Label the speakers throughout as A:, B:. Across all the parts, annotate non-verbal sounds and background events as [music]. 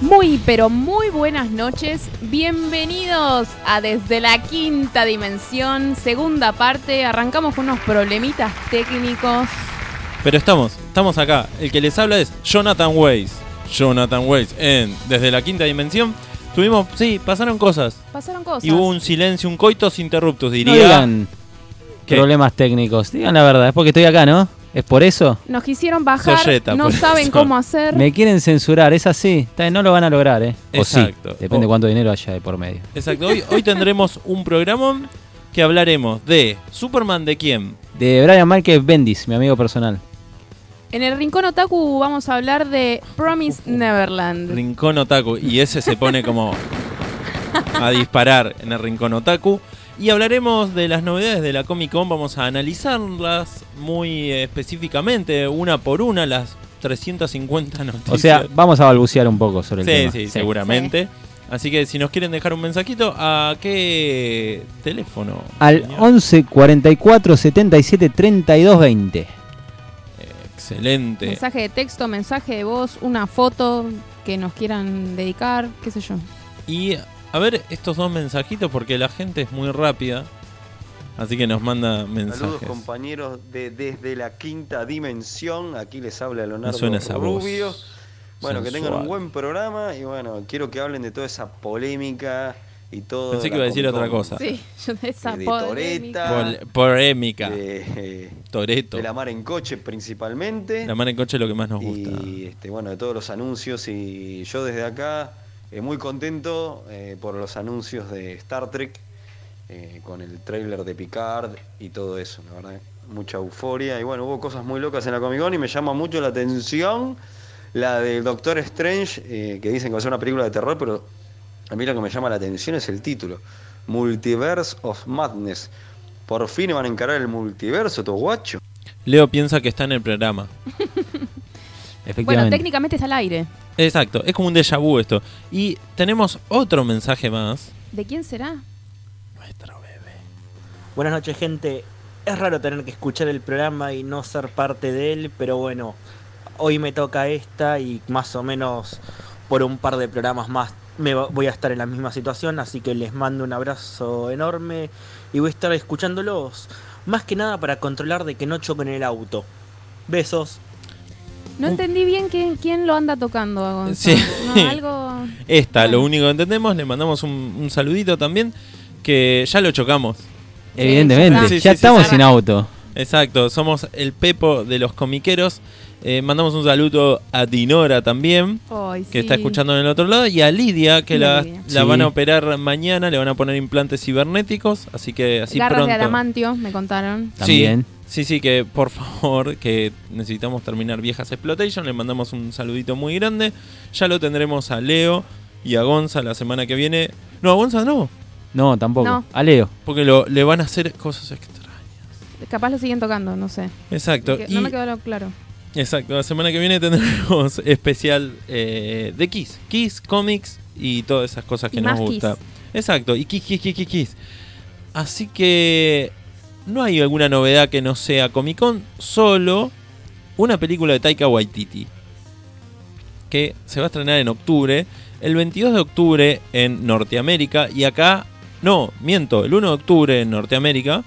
A: Muy, pero muy buenas noches. Bienvenidos a Desde la Quinta Dimensión, segunda parte. Arrancamos con unos problemitas técnicos.
B: Pero estamos, estamos acá. El que les habla es Jonathan Weiss. Jonathan Weiss en Desde la Quinta Dimensión. Tuvimos, sí, pasaron cosas.
A: Pasaron cosas.
B: Y hubo un silencio, un coitos interruptus,
C: No
B: diría.
C: digan
B: ¿Qué?
C: problemas técnicos. Digan la verdad. Es porque estoy acá, ¿no? ¿Es por eso?
A: Nos quisieron bajar,
B: Soyeta,
A: no
B: por
A: saben
B: eso.
A: cómo hacer.
C: Me quieren censurar. Es así. Está bien, No lo van a lograr, ¿eh? O
B: Exacto.
C: sí. Depende
B: O-
C: cuánto dinero haya de por medio.
B: Exacto, hoy, hoy tendremos un programa que hablaremos de Superman de quién.
C: De Brian Márquez Bendis, mi amigo personal.
A: En el Rincón Otaku vamos a hablar de Promise Neverland.
B: Rincón Otaku. Y ese se pone como a disparar en el Rincón Otaku. Y hablaremos de las novedades de la Comic Con. Vamos a analizarlas muy eh, específicamente, una por una, las 350 noticias.
C: O sea, vamos a balbucear un poco sobre el
B: sí,
C: tema.
B: sí, seguramente. Así que si nos quieren dejar un mensajito, ¿a qué teléfono?
C: Al
B: señor?
C: 11 44 77 32 20.
B: Excelente.
A: Mensaje de texto, mensaje de voz, una foto que nos quieran dedicar, qué sé yo.
B: Y a ver estos dos mensajitos porque la gente es muy rápida. Así que nos manda
D: Saludos
B: mensajes.
D: compañeros de Desde la Quinta Dimensión, aquí les habla
B: Me
D: Leonardo
B: suena esa voz.
D: Rubio. Bueno, que tengan
B: sensual.
D: un buen programa y bueno, quiero que hablen de toda esa polémica y todo.
B: Pensé
D: de
B: que
D: la
B: iba a decir
D: Comic-Con,
B: otra cosa.
A: Sí, [laughs] yo de esa
D: De
A: polémica.
D: Toretta.
B: Pol- polémica.
D: De, eh,
B: Toreto.
D: de la mar en coche principalmente.
B: La mar en coche es lo que más nos gusta.
D: y este, bueno, de todos los anuncios y yo desde acá eh, muy contento eh, por los anuncios de Star Trek eh, con el tráiler de Picard y todo eso, la verdad, mucha euforia y bueno, hubo cosas muy locas en la Comic Con y me llama mucho la atención la del Doctor Strange eh, que dicen que va a ser una película de terror, pero a mí lo que me llama la atención es el título, Multiverse of Madness. Por fin van a encarar el multiverso, tu guacho.
B: Leo piensa que está en el programa.
A: Bueno,
C: Efectivamente.
A: técnicamente está al aire.
B: Exacto, es como un déjà vu esto. Y tenemos otro mensaje más.
A: ¿De quién será?
B: Nuestro bebé.
E: Buenas noches, gente. Es raro tener que escuchar el programa y no ser parte de él, pero bueno, hoy me toca esta y más o menos por un par de programas más me va- voy a estar en la misma situación, así que les mando un abrazo enorme y voy a estar escuchándolos, más que nada para controlar de que no choquen el auto. Besos.
A: No entendí bien quién, quién lo anda tocando a Gonzalo.
B: Sí. [laughs]
A: No, algo...
B: Esta,
A: Bueno.
B: lo único que entendemos, le mandamos un, un saludito también, que ya lo chocamos.
C: Evidentemente.
B: Sí, sí,
C: ya
B: sí,
C: estamos
B: sí.
C: sin auto.
B: Exacto, somos el Pepo de los comiqueros. Eh, mandamos un saludo a Dinora también,
A: Ay,
B: que
A: sí.
B: está escuchando en el otro lado, y a Lidia, que la,
A: Lidia.
B: la
C: Sí.
B: van a operar mañana, le van a poner implantes cibernéticos, así que así
A: Garras de
B: pronto.
A: adamantio, me contaron.
C: También.
B: Sí, sí, que por favor, que necesitamos terminar Viejas Exploitation. Le mandamos un saludito muy grande. Ya lo tendremos a Leo y a Gonza la semana que viene. No, a Gonza no,
C: No, tampoco.
A: No.
C: A Leo.
B: porque lo, le van a hacer cosas extrañas.
A: Capaz lo siguen tocando, no sé.
B: Exacto.
A: Que-
B: y-
A: No me quedó lo claro.
B: Exacto, la semana que viene tendremos [laughs] especial eh, de Kiss. Kiss, cómics y todas esas cosas que
A: Y
B: nos
A: más
B: gusta.
A: Kiss.
B: Exacto, y Kiss, Kiss, Kiss, Kiss, Kiss. Así que no hay alguna novedad que no sea Comic Con, solo una película de Taika Waititi que se va a estrenar en octubre, el 22 de octubre en Norteamérica y acá, no, miento, el 1 de octubre en Norteamérica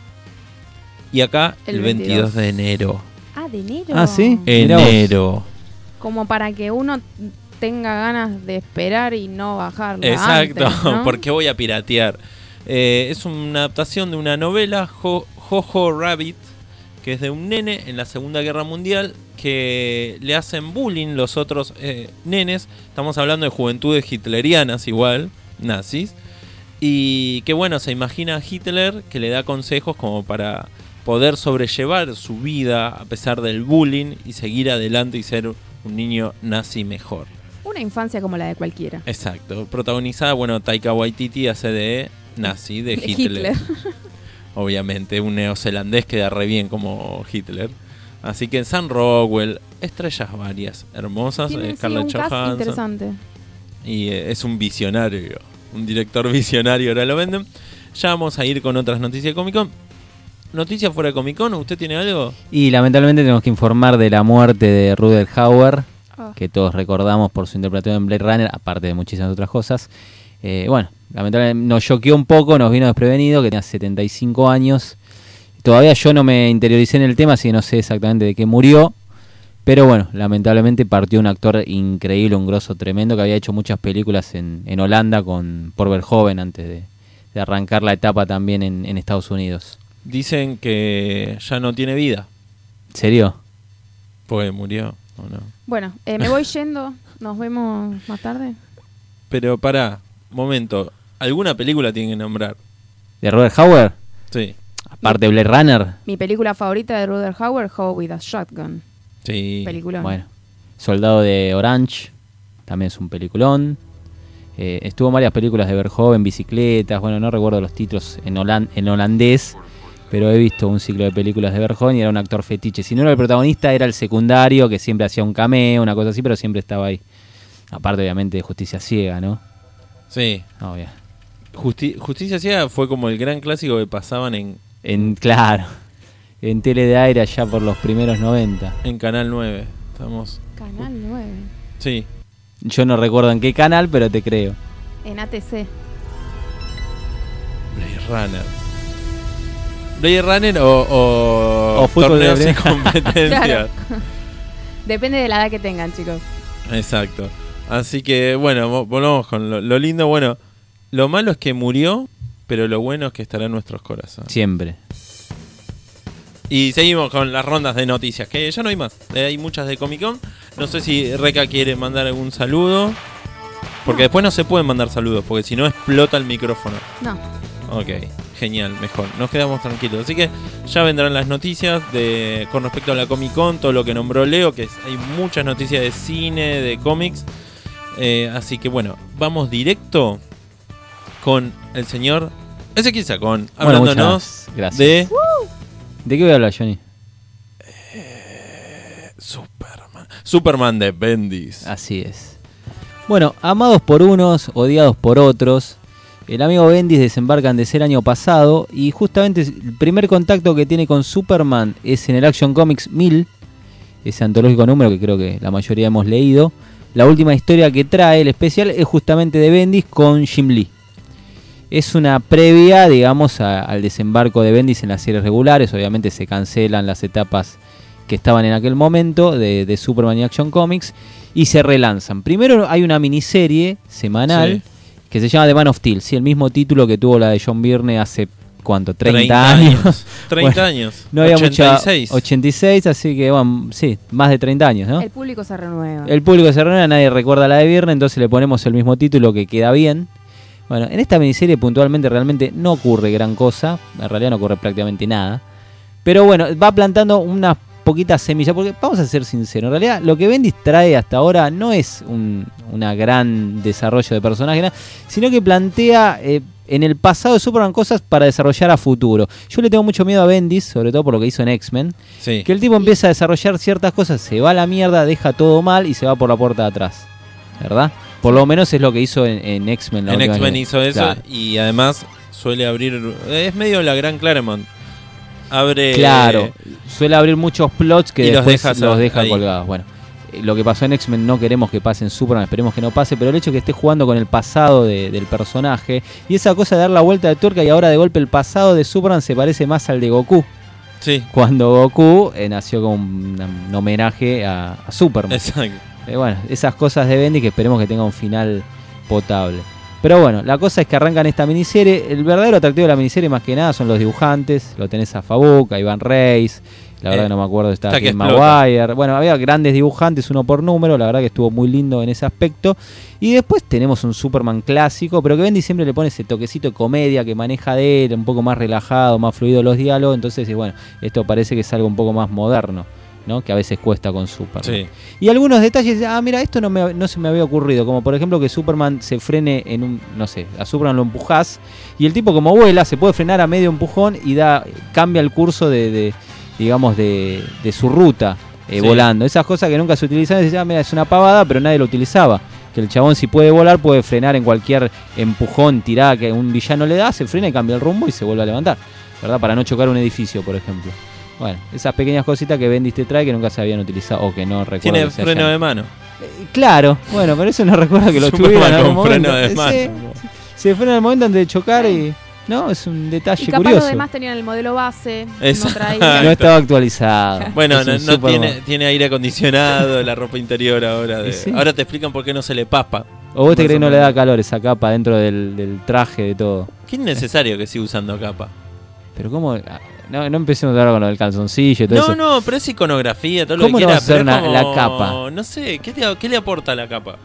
B: y acá el,
A: El
B: 22 de enero.
A: Ah, de enero.
C: Ah, ¿sí?
B: Eh.
C: Mirá vos.
B: Enero.
A: Como para que uno tenga ganas de esperar y no bajarla.
B: Exacto, [laughs]
A: antes, ¿no?
B: porque voy a piratear. Eh, es una adaptación de una novela, Jo- Jojo Rabbit, que es de un nene en la Segunda Guerra Mundial que le hacen bullying los otros eh, nenes. Estamos hablando de juventudes hitlerianas igual, nazis. Y que bueno, se imagina a Hitler que le da consejos como para poder sobrellevar su vida a pesar del bullying y seguir adelante y ser un niño nazi mejor.
A: Una infancia como la de cualquiera.
B: Exacto, protagonizada, bueno, Taika Waititi hace de nazi, de
A: [laughs] De
B: Hitler, obviamente, un neozelandés queda re bien como Hitler. Así que en San Rockwell, estrellas varias, hermosas,
A: Tiene,
B: eh,
A: sí,
B: Scarlett
A: un cast
B: Johansson,
A: interesante.
B: y eh, es un visionario, un director [laughs] visionario, ahora lo venden. Ya vamos a ir con otras noticias de Comic Con. Noticias fuera de Comic Con, ¿usted tiene algo?
C: Y lamentablemente tenemos que informar de la muerte de Rudel Hauer,
A: Ah.
C: que todos recordamos por su interpretación en Blade Runner, aparte de muchísimas otras cosas. Eh, bueno, lamentablemente nos choqueó un poco, nos vino desprevenido, que tenía 75 años. Todavía yo no me interioricé en el tema, así que no sé exactamente de qué murió. Pero bueno, lamentablemente partió un actor increíble, un grosso tremendo, que había hecho muchas películas en, en Holanda con Por Verhoeven antes de, de arrancar la etapa también en, en Estados Unidos.
B: Dicen que ya no tiene vida.
C: ¿Serio?
B: Pues murió. ¿o no?
A: Bueno, eh, me voy yendo. Nos vemos más tarde.
B: Pero pará, momento. Alguna película tienen que nombrar.
C: ¿De Robert Howard?
B: Sí.
C: Aparte de Blade Runner.
A: Mi película favorita de Ruther Hauer, How with a Shotgun.
B: Sí.
A: Peliculón.
C: Bueno, Soldado de Orange, también es un peliculón. Eh, estuvo en varias películas de Verhoeven, Bicicletas, bueno, no recuerdo los títulos en, holan- en holandés, pero he visto un ciclo de películas de Verhoeven y era un actor fetiche. Si no era el protagonista, era el secundario que siempre hacía un cameo, una cosa así, pero siempre estaba ahí. Aparte, obviamente, de Justicia Ciega, ¿no?
B: Sí.
C: Obvio.
B: Justi- Justicia Ciega fue como el gran clásico que pasaban en,
C: En, claro, en Tele de Aire allá por los primeros 90.
B: en Canal 9. Estamos.
A: Canal 9.
B: Sí.
C: Yo no recuerdo en qué canal, pero te creo.
A: En ATC.
B: Blade Runner. Blade Runner o, o,
C: O fútbol de
B: torneos sin
C: Blade.
B: competencia.
A: Claro. [laughs] Depende de la edad que tengan, chicos.
B: Exacto. Así que bueno, vo- volvamos con lo, lo lindo. Bueno, lo malo es que murió, pero lo bueno es que estará en nuestros corazones.
C: Siempre.
B: Y seguimos con las rondas de noticias, que ya no hay más. Eh, hay muchas de Comic Con. No sé si Reca quiere mandar algún saludo. Porque después no se pueden mandar saludos, porque si no explota el micrófono.
A: No.
B: Ok, genial, mejor. Nos quedamos tranquilos. Así que ya vendrán las noticias de con respecto a la Comic Con, todo lo que nombró Leo, que es- hay muchas noticias de cine, de cómics. Eh, así que bueno, vamos directo con el señor Ezequiel Sacón,
C: Bueno, muchas
B: hablándonos
C: gracias.
B: de
C: ¿De qué voy a hablar, Johnny?
B: Superman. Superman de Bendis.
C: Así es. Bueno, amados por unos, odiados por otros. El amigo Bendis desembarca en DC el año pasado y justamente el primer contacto que tiene con Superman es en el Action Comics 1000, ese antológico número que creo que la mayoría hemos leído. La última historia que trae el especial es justamente de Bendis con Jim Lee. Es una previa, digamos, a- al desembarco de Bendis en las series regulares. Obviamente se cancelan las etapas que estaban en aquel momento de, de Superman y Action Comics y se relanzan. Primero hay una miniserie semanal que se llama The Man of Steel, sí, el mismo título que tuvo la de John Byrne hace, ¿cuánto?
B: [laughs]
C: 30, años.
B: 30
C: Bueno,
B: años.
C: [laughs] No había
B: 86.
C: mucha... 86, así que, bueno, sí, más de 30 años, ¿no?
A: El público se renueva.
C: El público se reúne, nadie recuerda la de viernes, entonces le ponemos el mismo título que queda bien. Bueno, en esta miniserie puntualmente realmente no ocurre gran cosa, en realidad no ocurre prácticamente nada. Pero bueno, va plantando unas poquitas semillas, porque vamos a ser sinceros, en realidad lo que Bendis trae hasta ahora no es un una gran desarrollo de personaje, nada, sino que plantea eh, en el pasado de Superman cosas para desarrollar a futuro. Yo le tengo mucho miedo a Bendis, sobre todo por lo que hizo en X-Men,
B: Sí.
C: que el tipo empieza a desarrollar ciertas cosas, se va a la mierda, deja todo mal y se va por la puerta de atrás. ¿Verdad? Por lo menos es lo que hizo en, en X-Men. la
B: En
C: última
B: X-Men
C: que-
B: hizo eso
C: Claro.
B: y además suele abrir. Es medio la gran Claremont. Abre.
C: Claro, suele abrir muchos plots que
B: eh, y los
C: después
B: dejas
C: los
B: a-
C: deja
B: ahí.
C: colgados. Bueno, eh, lo que pasó en X-Men no queremos que pase en Superman, esperemos que no pase, pero el hecho que esté jugando con el pasado de- del personaje y esa cosa de dar la vuelta de tuerca y ahora de golpe el pasado de Superman se parece más al de Goku,
B: Sí,
C: cuando Goku eh, nació como un, un homenaje a, a Superman.
B: exacto.
C: Eh, bueno, esas cosas de Bendy que esperemos que tenga un final potable. Pero bueno, la cosa es que arrancan esta miniserie. El verdadero atractivo de la miniserie más que nada son los dibujantes. Lo tenés a Fabuk, a Iván Reis. La
B: Eh,
C: verdad que no me acuerdo, estaba
B: está que
C: Kim
B: explota.
C: Maguire. Bueno, había grandes dibujantes, uno por número. La verdad que estuvo muy lindo en ese aspecto. Y después tenemos un Superman clásico, pero que Bendy siempre le pone ese toquecito de comedia que maneja de él, un poco más relajado, más fluido los diálogos. Entonces, bueno, esto parece que es algo un poco más moderno, ¿no? Que a veces cuesta con Superman.
B: Sí.
C: Y algunos detalles, ah, mira, esto no, me- no se me había ocurrido. Como por ejemplo que Superman se frene en un, no sé, a Superman lo empujás y el tipo como vuela se puede frenar a medio empujón y da cambia el curso de, de, digamos, de, de su ruta eh,
B: Sí.
C: volando. Esas cosas que nunca se utilizaban, decís, ah, mira, es una pavada, pero nadie lo utilizaba. Que el chabón si puede volar puede frenar en cualquier empujón, tirada que un villano le da, se frena y cambia el rumbo y se vuelve a levantar. ¿Verdad? Para no chocar un edificio, por ejemplo. Bueno, esas pequeñas cositas que Bendis te trae que nunca se habían utilizado o que no recuerdo.
B: Tiene
C: que se
B: freno
C: hayan-
B: de mano.
C: Eh, Claro, bueno, pero eso no [laughs] recuerdo [laughs] que lo
B: Superman
C: tuvieron en algún
B: con freno
C: momento. Eh,
B: de
C: Sí,
B: mano.
C: se frena en el momento antes de chocar y. No, es un detalle
A: Y capaz
C: curioso.
A: los demás tenían el modelo base.
B: Exacto.
A: No traían.
C: [laughs] No
A: [laughs]
C: estaba actualizado.
B: Ah, Bueno,
C: Es
B: no,
C: un
B: no
C: Superman.
B: tiene, tiene aire
C: [laughs]
B: acondicionado, la ropa interior ahora. de-
C: Y sí.
B: Ahora te explican por qué no se le papa.
C: O vos te
B: Más o
C: crees que no le
B: menos.
C: da calor esa capa dentro del, del traje de todo.
B: Qué innecesario que siga usando capa.
C: Pero cómo. ah, No, no empecemos ahora con lo del calzoncillo y todo
B: No,
C: eso.
B: no, pero es iconografía, todo lo que
C: ¿Cómo no
B: quiera.
C: va a ser
B: pero es
C: una- la
B: como-
C: capa?
B: No sé, ¿qué, te- qué le aporta la capa?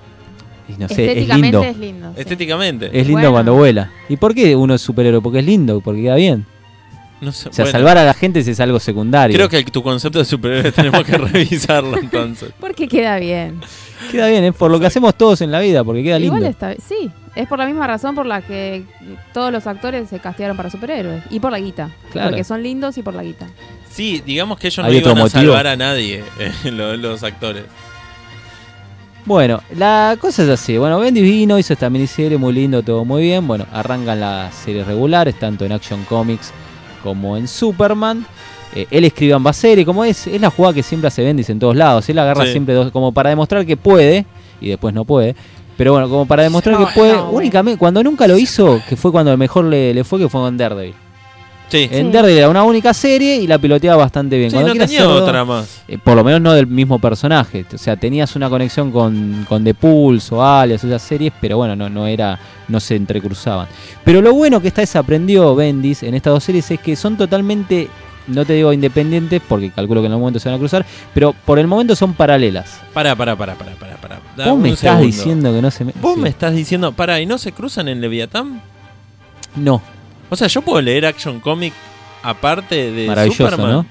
C: Y no sé, es
A: Estéticamente
C: lindo.
A: es lindo. sí.
B: Estéticamente.
C: Es lindo
A: Bueno.
C: cuando vuela. ¿Y por qué uno es superhéroe? Porque es lindo, porque queda bien.
B: No sé,
C: O sea,
B: bueno,
C: salvar a la gente es algo secundario.
B: Creo que el- tu concepto de superhéroe [laughs] tenemos que revisarlo entonces.
A: Porque queda bien.
C: Queda bien, es por lo que hacemos todos en la vida, porque queda lindo.
A: Igual está Sí, es por la misma razón por la que todos los actores se castearon para superhéroes. Y por la guita.
C: Claro.
A: Porque son lindos y por la guita.
B: Sí, digamos que ellos no
C: ¿Hay otro
B: iban a
C: motivo?
B: salvar a nadie, eh, [laughs] lo- los, actores.
C: Bueno, la cosa es así. Bueno, Bendis vino, hizo esta miniserie muy lindo, todo muy bien. Bueno, arrancan las series regulares, tanto en Action Comics como en Superman. Eh, él escribe ambas series, como es, es la jugada que siempre hace Bendis en todos lados. Él agarra
B: Sí.
C: siempre dos, como para demostrar que puede, y después no puede. Pero bueno, como para demostrar
A: No,
C: que puede,
A: no, bueno.
C: únicamente, cuando nunca lo hizo, que fue cuando mejor le, le fue, que fue con Daredevil.
B: Sí,
C: En
A: Sí.
C: Daredevil era una única serie y la piloteaba bastante bien.
B: Sí,
C: Cuando
B: no
C: quiere
B: tenía
C: hacerlo-
B: otra más.
C: eh, por lo menos no del mismo personaje. O sea, tenías una conexión con, con The Pulse o Alias, esas series, pero bueno, no, no era, no se entrecruzaban. Pero lo bueno que esta vez aprendió Bendis en estas dos series es que son totalmente, no te digo independientes, porque calculo que en algún momento se van a cruzar, pero por el momento son paralelas.
B: Pará, pará, pará, pará, pará. pará. Dame
C: Vos me
B: un
C: estás
B: segundo.
C: diciendo que no se me.
B: Vos
C: sí.
B: me estás diciendo, pará, ¿y no se cruzan en Leviatán?
C: No,
B: O sea, yo puedo leer Action Comic aparte de
C: maravilloso,
B: Superman.
C: ¿no?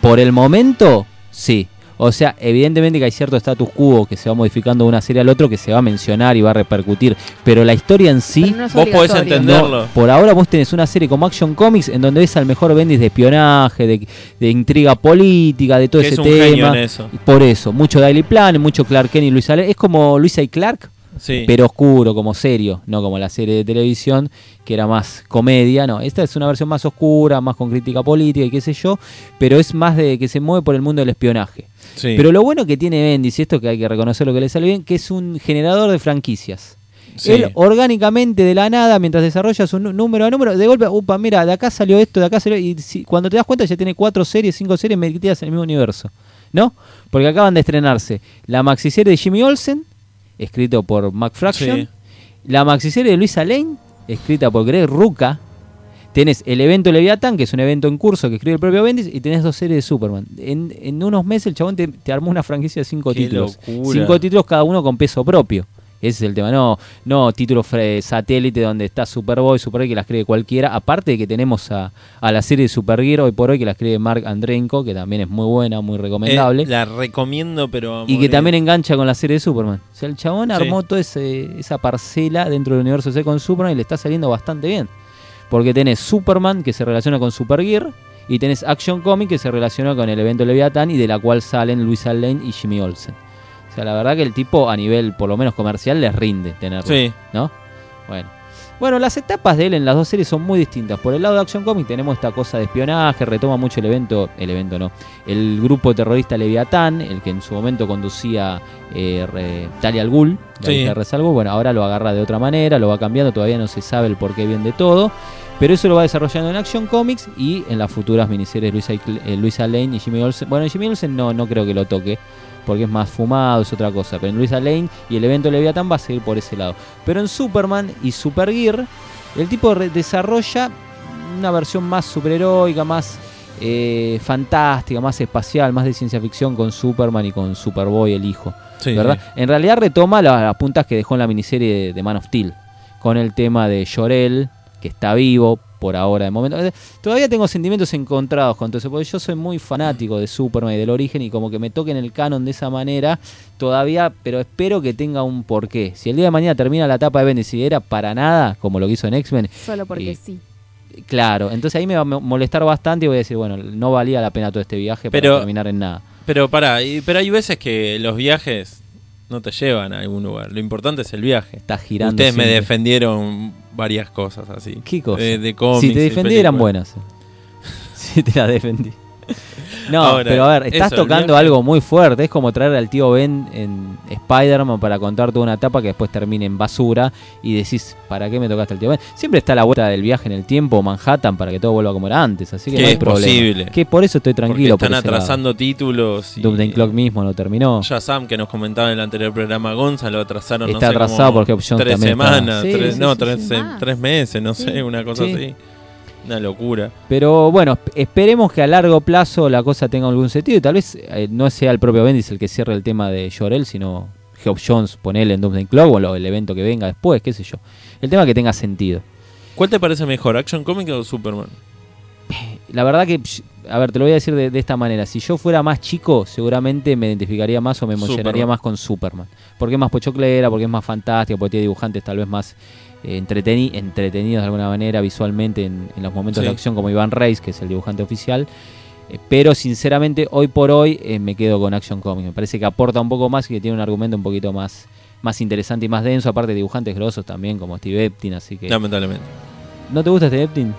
C: Por el momento, sí. O sea, evidentemente que hay cierto status quo que se va modificando de una serie al otro que se va a mencionar y va a repercutir. Pero la historia en sí.
A: Pero no es
B: vos podés
A: obligatorio.
B: entender-
C: No,
B: Entenderlo.
C: por ahora vos tenés una serie como Action Comics en donde ves al mejor Bendis de espionaje, de, de intriga política, de todo
B: Que
C: ese
B: es un genio
C: tema.
B: en eso.
C: Por eso, mucho Daily Planet, mucho Clark Kent y Luis Ale. Es como Luisa y Clark,
B: Sí.
C: pero oscuro, como serio, no como la serie de televisión que era más comedia. No, esta es una versión más oscura, más con crítica política y qué sé yo, pero es más de que se mueve por el mundo del espionaje.
B: sí.
C: Pero lo bueno que tiene Bendis, y esto que hay que reconocer lo que le sale bien, que es un generador de franquicias.
B: Sí.
C: Él orgánicamente de la nada, mientras desarrollas un nú- número a número, de golpe, upa, mira, de acá salió esto, de acá salió. Y si- cuando te das cuenta, ya tiene cuatro series, cinco series metidas en el mismo universo. ¿No? Porque acaban de estrenarse la maxiserie de Jimmy Olsen, escrito por Mac Fraction.
B: Sí.
C: La maxiserie de Luisa Lane, escrita por Greg Ruca. Tenés el evento Leviatán, que es un evento en curso que escribe el propio Bendis, y tenés dos series de Superman. En, en unos meses el chabón te, te armó una franquicia de cinco
B: Qué
C: títulos.
B: locura.
C: Cinco títulos cada uno con peso propio. Ese es el tema. No, no títulos fre- satélite donde está Superboy, Supergirl, que las cree cualquiera. Aparte de que tenemos a, a la serie de Supergirl hoy por hoy, que las cree Mark Andrenko, que también es muy buena, muy
B: Eh,
C: recomendable.
B: la recomiendo, pero. a
C: Y que
B: morir.
C: también engancha con la serie de Superman. O sea, el chabón
B: Sí.
C: armó toda ese- esa parcela dentro del universo C con Superman y le está saliendo bastante bien. Porque tenés Superman que se relaciona con Supergear y tenés Action Comic que se relaciona con el evento Leviatán y de la cual salen Luis Lane y Jimmy Olsen. O sea, la verdad que el tipo a nivel por lo menos comercial les rinde tenerlo.
B: Sí.
C: ¿no? Bueno. Bueno, las etapas de él en las dos series son muy distintas. Por el lado de Action Comics tenemos esta cosa de espionaje, retoma mucho el evento, el evento no, el grupo terrorista Leviatán, el que en su momento conducía eh, re- Talia al Ghul, la
B: Sí.
C: hija de Ra's al Ghul. bueno, ahora lo agarra de otra manera, lo va cambiando, todavía no se sabe el porqué bien de todo, pero eso lo va desarrollando en Action Comics y en las futuras miniseries Luisa, y Cl- eh, Luisa Lane y Jimmy Olsen. Bueno, Jimmy Olsen no, no creo que lo toque, porque es más fumado, es otra cosa, pero en Luisa Lane y el evento Leviatán va a seguir por ese lado. Pero en Superman y Supergear, el tipo re- desarrolla una versión más superheroica, más eh, fantástica, más espacial, más de ciencia ficción con Superman y con Superboy, el hijo.
B: Sí,
C: ¿verdad?
B: sí.
C: En realidad retoma la- las, puntas que dejó en la miniserie de, de Man of Steel, con el tema de Llorel, que está vivo por ahora de momento. Eh, Todavía tengo sentimientos encontrados con todo eso, porque yo soy muy fanático de Superman y del origen, y como que me toquen el canon de esa manera, todavía, pero espero que tenga un porqué. Si el día de mañana termina la etapa de Bendis y era para nada, como lo que hizo en X-Men,
A: Solo porque
C: Y-
A: sí.
C: claro, entonces ahí me va a mo- molestar bastante y voy a decir, bueno, no valía la pena todo este viaje para
B: Pero-
C: terminar en nada.
B: Pero pará, y- pero hay veces que los viajes no te llevan a algún lugar. Lo importante es el viaje.
C: Está girando.
B: Ustedes me
C: siempre.
B: defendieron varias cosas así.
C: ¿Qué cosa?
B: Eh, De, de cómics
C: si te
B: y
C: [laughs] defendí eran
B: películas. [laughs]
C: buenas. Si te la defendí. No,
B: Ahora,
C: pero a ver, estás
B: eso, el
C: tocando
B: viaje-
C: algo muy fuerte. Es como traer al tío Ben en Spider-Man para contar toda una etapa que después termine en basura y decís, ¿para qué me tocaste al tío Ben? Siempre está la vuelta del viaje en el tiempo, Manhattan, para que todo vuelva como era antes. Así que
B: Que
C: no hay
B: es
C: problema.
B: posible.
C: Que por eso estoy tranquilo.
B: porque están
C: por ese lado.
B: atrasando títulos. y-
C: Doomsday Clock mismo no terminó.
B: Shazam, que nos comentaba en el anterior programa Gonza, lo atrasaron.
C: Está
B: no sé,
C: atrasado
B: como
C: porque Opción
B: Tres
C: también está-
B: semanas,
C: Sí,
B: tres-
A: sí,
B: no,
A: sí,
B: tres,
A: sí.
B: se- tres meses, no
A: Sí,
B: sé, una cosa
C: sí.
B: así. Una locura.
C: Pero bueno, esp- esperemos que a largo plazo la cosa tenga algún sentido. Y tal vez eh, no sea el propio Bendis el que cierre el tema de Jorel, sino Geoff Jones, ponele en Doomsday Clock o lo- el evento que venga después, qué sé yo. El tema que tenga sentido.
B: ¿Cuál te parece mejor, Action Comic o Superman?
C: La verdad que, psh, a ver, te lo voy a decir de, de esta manera. Si yo fuera más chico, seguramente me identificaría más o me emocionaría
B: Superman.
C: más con Superman. Porque es más pochoclera, porque es más fantástica, porque tiene dibujantes tal vez más eh, entreteni- entretenidos de alguna manera visualmente en, en los momentos de
B: Sí.
C: acción, como Iván Reis, que es el dibujante oficial. Eh, Pero sinceramente, hoy por hoy eh, me quedo con Action Comics. Me parece que aporta un poco más y que tiene un argumento un poquito más, más interesante y más denso. Aparte, dibujantes grosos también, como Steve Eptin. Así que.
B: Lamentablemente.
C: ¿No te gusta Steve Eptin?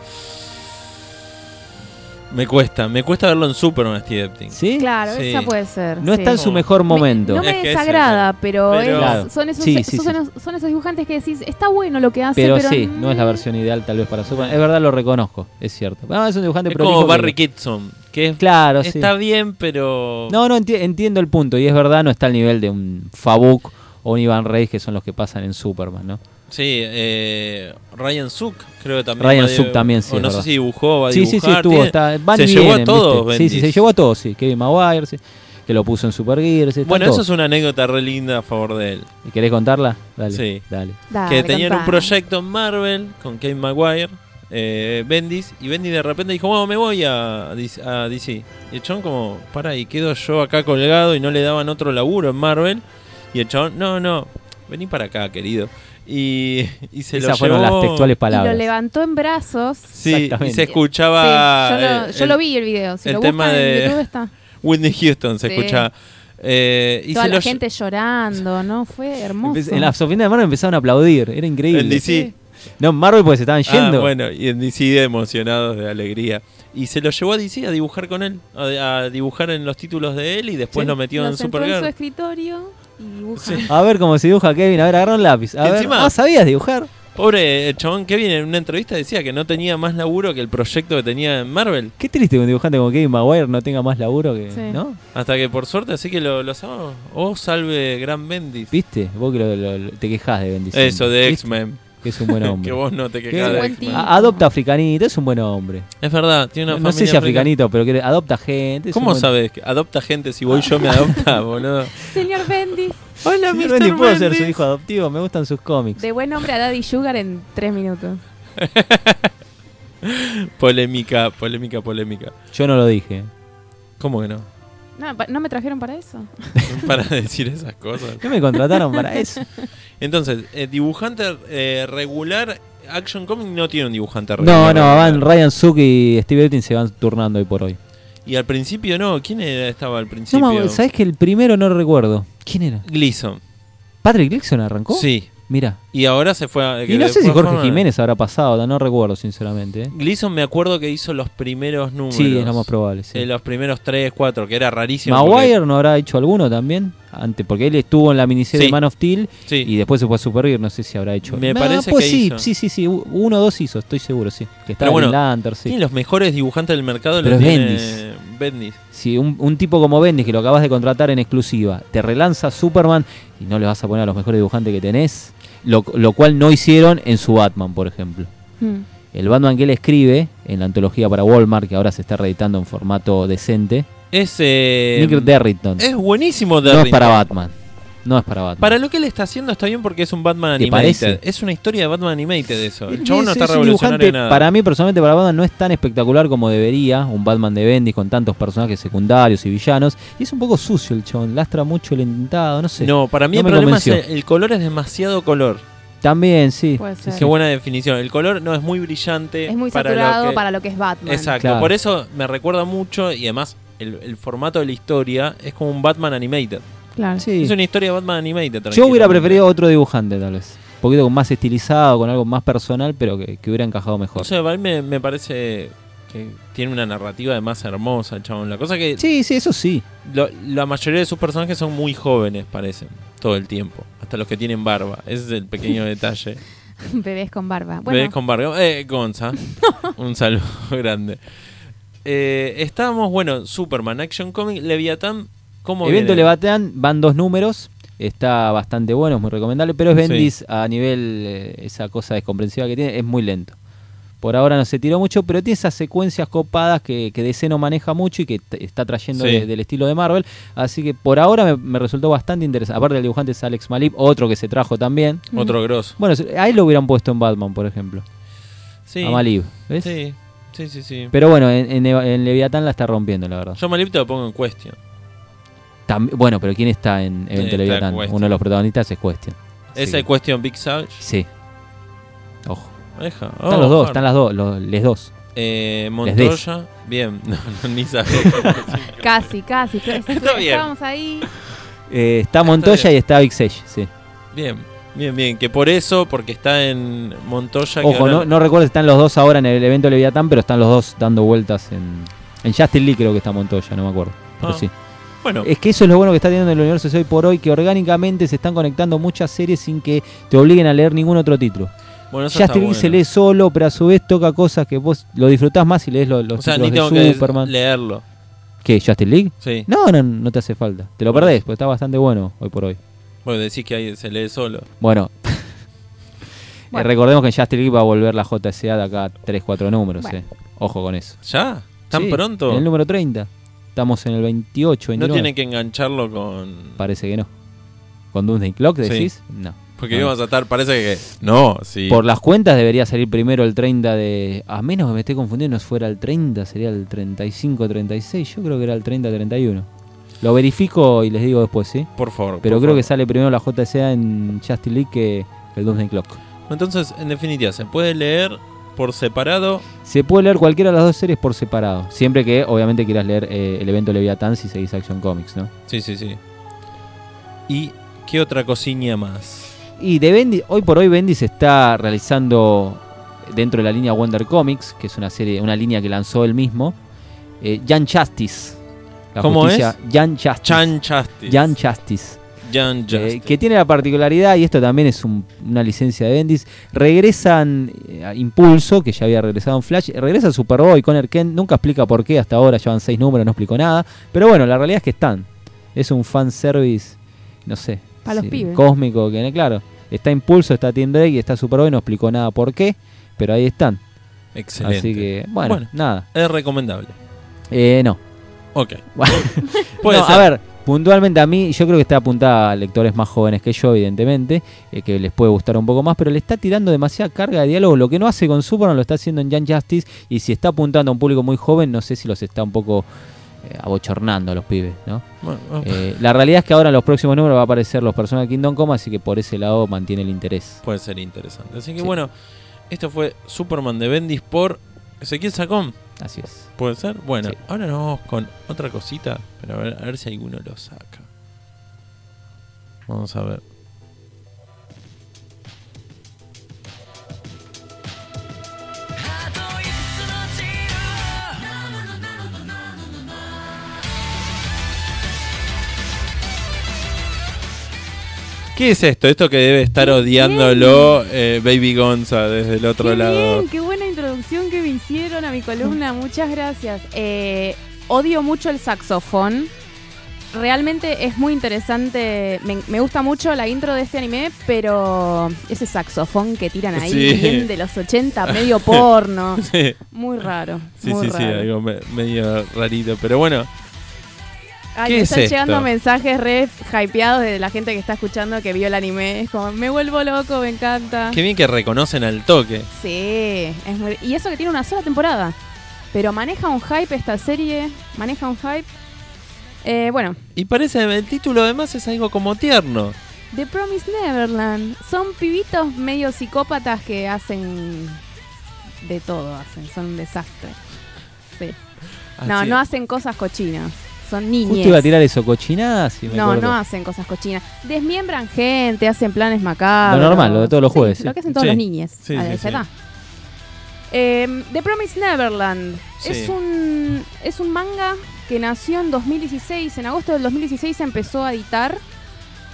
B: Me cuesta, me cuesta verlo en Superman, Steve Epting.
C: Sí.
A: Claro,
B: Sí.
A: esa puede ser.
C: No
A: sí.
C: está en su mejor
A: Me-
C: momento.
A: no me
B: Es que ese es
A: desagrada, pero,
B: pero-
A: es-
C: Claro.
A: son, esos,
C: Sí, sí,
A: son, son esos dibujantes que decís, está bueno lo que hace, pero,
C: Ah, pero, sí, no es la versión ideal tal vez para Superman. Es verdad, lo reconozco, es cierto. Ah, es un dibujante
B: Es
C: prolijo
B: como
C: que-
B: Barry Kitson, que es-
C: Claro, sí.
B: está bien, pero.
C: No, no, enti- entiendo el punto. Y es verdad, no está al nivel de un Fabuk o un Iván Reyes, que son los que pasan en Superman, ¿no?
B: Sí, eh, Ryan Suk, creo que también.
C: Ryan
B: va a
C: Suk
B: dibu-
C: también, sí,
B: o
C: es
B: no
C: verdad.
B: sé si dibujó, va a
C: sí, sí,
B: dibujar.
C: sí, estuvo.
B: tiene-
C: está- van
B: se
C: y
B: llevó a
C: vienen,
B: todos,
C: ¿viste? Sí, sí, se
B: Bendis.
C: llevó a todos, sí. Kevin Maguire, sí, que lo puso en Super Gears. están
B: Bueno,
C: todos.
B: eso es una anécdota re linda a favor de él.
C: ¿Y ¿Querés contarla? Dale.
B: Sí.
C: Dale.
A: Ah,
B: que tenían un proyecto en Marvel con Kevin Maguire, eh, Bendis, y Bendis de repente dijo, bueno, me voy a, DC a DC. Y el chabón como, para, y quedo yo acá colgado y no le daban otro laburo en Marvel. Y el chabón, no, no, vení para acá, querido. Y, y se
C: Esas
B: lo
C: fueron
B: llevó-
C: las textuales
A: Y lo
C: palabras.
A: levantó en brazos. Sí,
B: Sí, y
C: Exactamente.
B: se escuchaba...
A: yo lo,
B: eh,
A: yo
B: el-
A: lo vi el video. Si
B: el
A: lo
B: tema
A: buscan
B: de-
A: en YouTube está.
B: Whitney Houston se
A: Sí.
B: escuchaba. Eh, [laughs] y
A: Toda
B: se
A: la
B: lo lle-
A: gente llorando, ¿no? Fue hermoso.
C: Empe- En las oficinas de Marvel empezaron a aplaudir, era increíble.
B: En DC.
C: No, en Marvel porque se estaban yendo.
B: Ah, bueno, y en DC emocionados de alegría. Y se lo llevó a DC a dibujar con él, a, a dibujar en los títulos de él y después
C: Sí.
B: lo metió
A: Lo
B: en
A: sentó en su
B: Supergirl.
A: escritorio y dibuja.
C: A ver cómo se dibuja Kevin, a ver, agarra un lápiz. A
B: Que
C: ver,
B: encima-
C: ah, ¿sabías dibujar?
B: Pobre el chabón Kevin en una entrevista decía que no tenía más laburo que el proyecto que tenía en Marvel.
C: Qué triste que un dibujante como Kevin Maguire no tenga más laburo que.
A: Sí.
C: ¿No?
B: Hasta que por suerte, así que lo, lo amamos. Oh, salve Gran Bendis.
C: ¿Viste? Vos que lo- lo- lo- te quejas de bendición.
B: Eso, de X-Men.
C: Que es
B: [laughs]
C: un buen hombre.
B: que vos no te
C: Es
B: quejás
C: un
B: de
A: buen
B: X-Men.
A: tipo.
C: A- adopta africanito, es un buen hombre.
B: Es verdad, tiene una
C: no
B: familia
C: sé si
B: africana.
C: africanito, pero que adopta gente. es un
B: ¿Cómo
C: buen-
B: sabes? que Adopta gente, si voy yo me
C: [laughs]
B: adopta, boludo.
A: [laughs] Señor Bendis.
B: Hola,
C: Señor
B: Mr.
C: Bendy, puedo ser su
B: Bendis.
C: hijo adoptivo, me gustan sus cómics.
A: De buen hombre a Daddy Sugar en tres minutos.
B: Polémica, polémica, polémica.
C: Yo no lo dije.
B: ¿Cómo que no? [laughs]
A: No, pa- ¿no me trajeron para eso. [laughs]
B: Para decir esas cosas.
C: ¿Qué me contrataron para eso?
B: Entonces, eh, dibujante eh, regular, Action Comic no tiene un dibujante
C: No,
B: regular.
C: no, van Ryan Suk y Steve Epting se van turnando hoy por hoy.
B: Y al principio no, ¿quién era, estaba al principio?
C: No, me- ¿sabés que el primero no recuerdo? ¿Quién era?
B: Gleason.
C: ¿Patrick Gleason arrancó?
B: Sí.
C: Mira.
B: Y ahora se fue a...
C: Y no sé si Jorge Jiménez habrá pasado, no recuerdo sinceramente. ¿eh?
B: Gleason me acuerdo que hizo los primeros números.
C: Sí, es lo más probable. sí.
B: Eh, los primeros 3, 4, que era rarísimo.
C: Maguire no habrá hecho alguno también, antes, porque él estuvo en la miniserie
B: Sí.
C: de Man of Steel
B: porque- sí.
C: y después se fue a Supergirl, no sé si habrá hecho.
B: Me
C: Ah,
B: parece
C: pues
B: que
C: sí,
B: hizo.
C: sí, sí, sí, u- uno o dos hizo, estoy seguro, sí. Que estaba
B: Pero bueno,
C: en Lantern, sí.
B: Tiene los mejores dibujantes del mercado.
C: Pero
B: los
C: es
B: tiene
C: Bendis.
B: Bendis.
C: Si un, un tipo como Bendis, que lo acabas de contratar en exclusiva, te relanza Superman y no le vas a poner a los mejores dibujantes que tenés, lo, lo cual no hicieron en su Batman, por ejemplo.
A: Hmm.
C: El Batman que él escribe en la antología para Walmart, que ahora se está reeditando en formato decente,
B: Es, eh,
C: Nick Derrington.
B: es buenísimo
C: No es
B: Derrington.
C: para Batman. No es para Batman.
B: Para lo que él está haciendo está bien porque es un Batman
C: ¿Te
B: Animated.
C: parece?
B: Es una historia de Batman Animated eso. El
C: Sí,
B: chabón no
C: sí,
B: está
C: es un dibujante,
B: revolucionario nada.
C: Para mí, personalmente, para Batman no es tan espectacular como debería. Un Batman de Bendy con tantos personajes secundarios y villanos. Y es un poco sucio el chabón. Lastra mucho el entintado, no sé.
B: No, para mí
C: No
B: el
C: me
B: problema
C: convenció.
B: es el, el color es demasiado color.
C: También, sí.
A: Puede
C: Sí,
A: ser.
C: sí.
B: Qué buena definición. El color no es muy brillante.
A: Es muy
B: para lo
A: saturado
B: que-
A: para lo que es Batman.
B: Exacto.
C: Claro.
B: Por eso me recuerda mucho y además el, el formato de la historia es como un Batman Animated.
A: Claro.
C: Sí.
B: Es una historia de Batman Animated.
C: Yo hubiera
B: tranquilamente.
C: preferido otro dibujante, tal vez. Un poquito con más estilizado, con algo más personal, pero que, que hubiera encajado mejor.
B: O sea, a mí me, me parece que que tiene una narrativa además hermosa, el chabón. La cosa que
C: Sí, sí, eso sí.
B: lo- la mayoría de sus personajes son muy jóvenes, parecen, todo el tiempo. Hasta los que tienen barba. Ese es el pequeño detalle.
A: [laughs] Bebés con barba. Bueno,
B: Bebés con barba. Eh, Gonza. Un saludo [laughs] grande. Eh, estábamos, bueno, Superman, Action Comic, Leviatán. ¿Cómo
C: Evento
B: viene?
C: Leviatán, van dos números. Está bastante bueno, es muy recomendable. Pero es
B: Sí.
C: Bendis a nivel, eh, esa cosa descomprensiva que tiene, es muy lento. Por ahora no se tiró mucho, pero tiene esas secuencias copadas que, que DC no maneja mucho y que t- está trayendo
B: Sí.
C: de- del estilo de Marvel. Así que por ahora me, me resultó bastante interesante. Aparte, el dibujante es Alex Malib, otro que se trajo también.
B: Otro grosso.
C: Bueno, ahí lo hubieran puesto en Batman, por ejemplo.
B: Sí.
C: A Malib, ¿ves?
B: Sí, sí, sí. sí.
C: Pero bueno, en, en Eva- en Leviatán la está rompiendo, la verdad.
B: Yo a Malib te lo pongo en cuestión.
C: Tam- bueno, pero ¿quién está en Evento
B: está
C: Leviatán?
B: Question.
C: Uno de los protagonistas es Question.
B: Esa
C: Sí.
B: es cuestión Big Savage.
C: Sí. Ojo.
B: Deja. Oh,
C: Están los dos,
B: Harper.
C: están las dos, los, les dos.
B: Eh,
C: des.
B: Montoya. Bien, [laughs] no, no, ni sabía.
C: [laughs]
A: casi,
B: [laughs]
A: casi.
B: Está bien.
A: Estábamos ahí.
C: Eh, está Montoya
B: bien.
C: y está Big Sage, sí.
B: bien, bien, bien. Que por eso, porque está en Montoya. que
C: Ojo,
B: ahora-
C: no, no recuerdo si están los dos ahora en el evento Leviatán, pero están los dos dando vueltas en. En Justin Lee creo que está Montoya, no me acuerdo. Pero
B: Ah,
C: sí.
B: Bueno,
C: Es que eso es lo bueno que está teniendo el universo de hoy por hoy, que orgánicamente se están conectando muchas series sin que te obliguen a leer ningún otro título.
B: bueno, eso
C: Justin
B: está
C: Lee
B: bueno.
C: se lee solo, pero a su vez toca cosas que vos lo disfrutás más y lees lo- los,
B: O sea, ni tengo
C: títulos
B: que
C: de Superman.
B: leerlo.
C: ¿Qué? ¿Justin League?
B: Sí.
C: No, no, no te hace falta. Te lo
B: Por
C: perdés,
B: eso.
C: porque está bastante bueno hoy por hoy.
B: Bueno, decís que ahí se lee solo.
C: Bueno. [laughs] eh,
A: Bueno.
C: recordemos que en Justin League va a volver la JSA de acá 3, 4 números.
A: Bueno.
C: eh. Ojo con eso.
B: ¿Ya? ¿Tan
C: Sí,
B: pronto?
C: En el número 30. Estamos en el 28,
B: No
C: 29.
B: tiene que engancharlo con.
C: Parece que no. ¿Con Doomsday Clock
B: Sí.
C: decís? No.
B: Porque
C: No.
B: íbamos a estar, parece que. No, sí.
C: Por las cuentas debería salir primero el 30 de... A menos que me esté confundiendo, no fuera el 30, sería el 35, 36. Yo creo que era el 30, 31. Lo verifico y les digo después, ¿sí?
B: Por favor.
C: Pero
B: por
C: creo
B: favor.
C: que sale primero la JSA en Justin League que el Doomsday Clock.
B: Entonces, en definitiva, se puede leer por separado.
C: Se puede leer cualquiera de las dos series por separado. Siempre que, obviamente, quieras leer eh, el evento Leviatán si seguís Action Comics, ¿no?
B: Sí, sí, sí. ¿Y qué otra cocina más?
C: Y de Bendis, hoy por hoy Bendis está realizando dentro de la línea Wonder Comics, que es una serie, una línea que lanzó él mismo, eh, Jan Justice. La
B: ¿Cómo
C: justicia- Jan Justice.
B: Chan Justice.
C: Jan Justice.
B: Jan Justice.
C: Eh, que tiene la particularidad, y esto también es un- una licencia de Bendis, regresan eh, a Impulso, que ya había regresado en Flash, regresa Superboy, Connor Kent, nunca explica por qué, hasta ahora llevan seis números, no explicó nada, pero bueno, la realidad es que están. Es un fanservice, no sé,
A: Pa' los pibes.
C: cósmico, que eh, claro, está Impulso, está Team Drake y está Superboy, no explicó nada por qué, pero ahí están.
B: Excelente.
C: Así que, bueno,
B: Bueno.
C: nada.
B: Es recomendable.
C: Eh, no. [laughs]
B: Ok.
C: Bueno.
B: Puede
C: No,
B: ser.
C: A ver, puntualmente a mí, yo creo que está apuntada a lectores más jóvenes que yo, evidentemente, eh, que les puede gustar un poco más, pero le está tirando demasiada carga de diálogo. Lo que no hace con Superman lo está haciendo en Jan Justice, y si está apuntando a un público muy joven, no sé si los está un poco eh, abochornando a los pibes, ¿no?
B: Bueno, bueno.
C: Eh, la realidad es que ahora en los próximos números va a aparecer los personajes de Kingdom Come, así que por ese lado mantiene el interés.
B: Puede ser interesante. Así que
C: Sí.
B: bueno, esto fue Superman de Bendis por Ezequiel Sacón.
C: Así es.
B: ¿Puede ser? Bueno,
C: Sí.
B: ahora nos vamos con otra cosita. Pero a ver, a ver si alguno lo saca. Vamos a ver. ¿Qué es esto? Esto que debe estar odiándolo eh, Baby Gonza desde el otro
A: Qué
B: lado.
A: bien, qué buena introducción que me hicieron a mi columna, muchas gracias. Eh, odio mucho el saxofón. Realmente es muy interesante, me, me gusta mucho la intro de este anime, pero ese saxofón que tiran ahí,
B: Sí.
A: bien de los 80, medio porno,
B: [laughs] Sí.
A: muy raro.
B: Sí,
A: muy
B: sí, sí,
A: raro.
B: algo me- medio rarito. Pero bueno,
A: Ay,
B: ¿Qué
A: me
B: es
A: están
B: esto?
A: llegando mensajes re hypeados de la gente que está escuchando que vio el anime. Es como, me vuelvo loco, me encanta.
B: qué bien que reconocen al toque.
A: Sí, es muy- y eso que tiene una sola temporada. Pero maneja un hype esta serie, maneja un hype. Eh, bueno,
B: Y parece, el título además es algo como tierno.
A: The Promise Neverland. Son pibitos medio psicópatas que hacen de todo, hacen, son un desastre. Sí. No,
B: Así
A: no
B: es.
A: hacen cosas cochinas, son
C: Justo iba a
A: niñas.
C: tirar eso, cochinadas y me
A: No,
C: acordé.
A: no hacen cosas cochinas. Desmiembran gente, hacen planes macabros.
C: Lo normal, lo de todos los jueves,
A: Lo
C: sí.
A: que hacen todos Ah, los
B: Sí.
A: niños
B: Sí,
A: a
B: sí,
A: esa
B: sí.
A: edad. Eh, The Promised Neverland
B: Sí.
A: es, un, es un manga que nació en 2016. En agosto del 2016 se empezó a editar.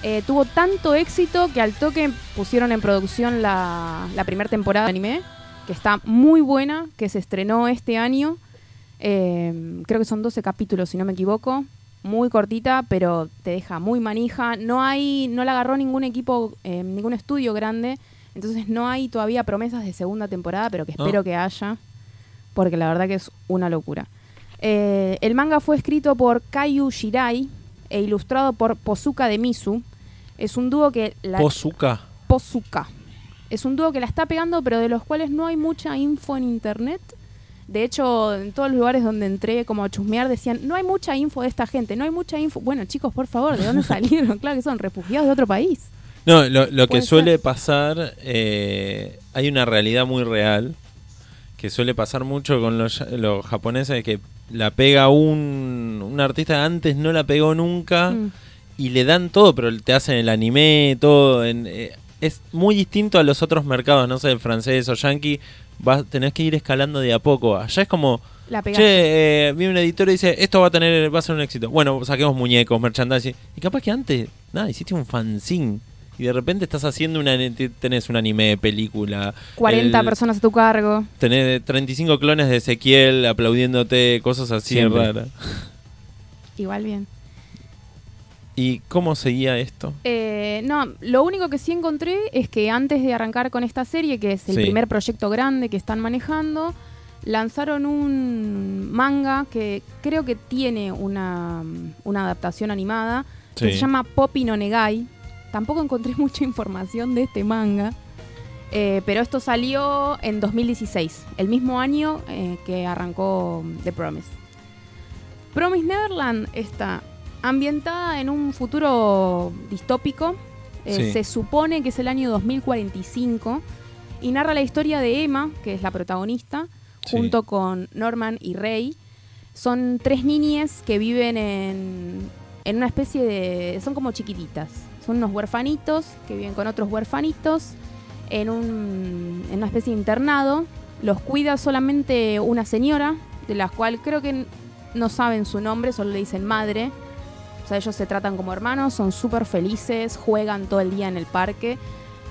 A: Eh, tuvo tanto éxito que al toque pusieron en producción la, la primera temporada de anime, que está muy buena, que se estrenó este año. Eh, creo que son 12 capítulos, si no me equivoco. Muy cortita, pero te deja muy manija. No hay, no la agarró ningún equipo, eh, ningún estudio grande. Entonces no hay todavía promesas de segunda temporada, pero que
B: Ah.
A: espero que haya, porque la verdad que es una locura. Eh, el manga fue escrito por Kayu Shirai e ilustrado por Pozuka de Misu. Es un dúo que la
B: Pozuka.
A: Pozuka. Es un dúo que la está pegando, pero de los cuales no hay mucha info en internet. De hecho, en todos los lugares donde entré como a chusmear decían, no hay mucha info de esta gente, no hay mucha info. Bueno, chicos, por favor, ¿de
B: [laughs]
A: dónde salieron? claro que son refugiados de otro país.
B: No, lo, lo que
A: Puede
B: suele
A: ser.
B: pasar, eh, hay una realidad muy real que suele pasar mucho con los, ya- los japoneses que la pega un, un artista antes no la pegó nunca
A: Mm.
B: y le dan todo, pero te hacen el anime, todo. en- eh, es muy distinto a los otros mercados, no sé, el francés o yanqui. Vas, tenés que ir escalando de a poco. Allá es como,
A: La pegaron.
B: Che, eh, viene un editor y dice, esto va a tener, va a ser un éxito. Bueno, saquemos muñecos, merchandising. Y capaz que antes, nada, hiciste un fanzine. Y de repente estás haciendo una, te- tenés un anime, película.
A: 40
B: el-
A: personas a tu cargo.
B: Tenés 35 clones de Ezequiel aplaudiéndote, cosas así
C: Siempre.
B: raras.
A: Igual bien.
B: ¿Y cómo seguía esto?
A: Eh, no, lo único que sí encontré es que antes de arrancar con esta serie, que es el
B: Sí.
A: primer proyecto grande que están manejando, lanzaron un manga que creo que tiene una, una adaptación animada, que
B: Sí.
A: se llama Poppy no Negai. Tampoco encontré [laughs] mucha información de este manga, eh, pero esto salió en 2016, el mismo año eh, que arrancó The Promise. Promise Neverland está ambientada en un futuro distópico. Eh,
B: Sí.
A: Se supone que es el año 2045 y narra la historia de Emma, que es la protagonista,
B: Sí.
A: junto con Norman y Rey. Son tres niñas que viven en, en una especie de... son como chiquititas. Son unos huerfanitos que viven con otros huerfanitos en, un, en una especie de internado. Los cuida solamente una señora, de la cual creo que n- no saben su nombre, solo le dicen madre. O sea, ellos se tratan como hermanos, son súper felices, juegan todo el día en el parque.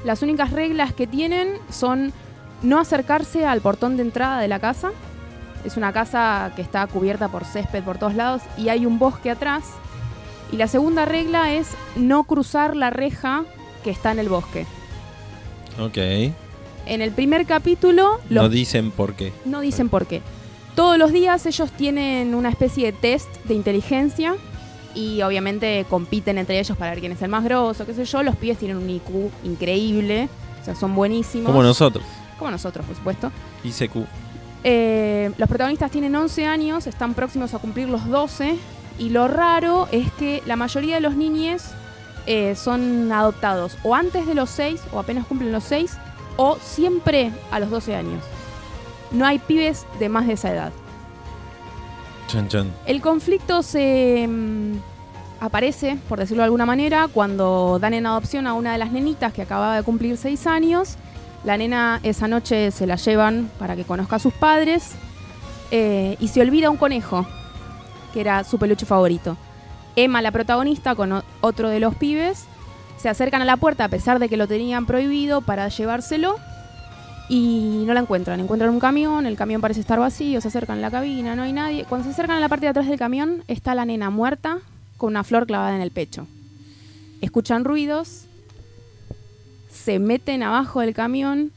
A: Las únicas reglas que tienen son no acercarse al portón de entrada de la casa. Es una casa que está cubierta por césped por todos lados y hay un bosque atrás. Y la segunda regla es no cruzar la reja que está en el bosque.
B: Ok.
A: En el primer capítulo
B: No
A: los
B: dicen por qué.
A: no dicen por qué. Todos los días ellos tienen una especie de test de inteligencia y obviamente compiten entre ellos para ver quién es el más grosso, qué sé yo. Los pibes tienen un IQ increíble, o sea, son buenísimos.
B: Como nosotros.
A: Como nosotros, por supuesto.
B: ICQ.
A: Eh, los protagonistas tienen 11 años, están próximos a cumplir los 12 y lo raro es que la mayoría de los niñes eh, son adoptados o antes de los 6 o apenas cumplen los 6 o siempre a los 12 años. No hay pibes de más de esa edad.
B: Chan, chan.
A: El conflicto se mm, aparece, por decirlo de alguna manera, cuando dan en adopción a una de las nenitas que acababa de cumplir seis años. La nena esa noche se la llevan para que conozca a sus padres eh, y se olvida un conejo, que era su peluche favorito. Emma, la protagonista, con o- otro de los pibes, se acercan a la puerta a pesar de que lo tenían prohibido para llevárselo y no la encuentran. Encuentran un camión, el camión parece estar vacío, se acercan a la cabina, no hay nadie. Cuando se acercan a la parte de atrás del camión, está la nena muerta con una flor clavada en el pecho. Escuchan ruidos, se meten abajo del camión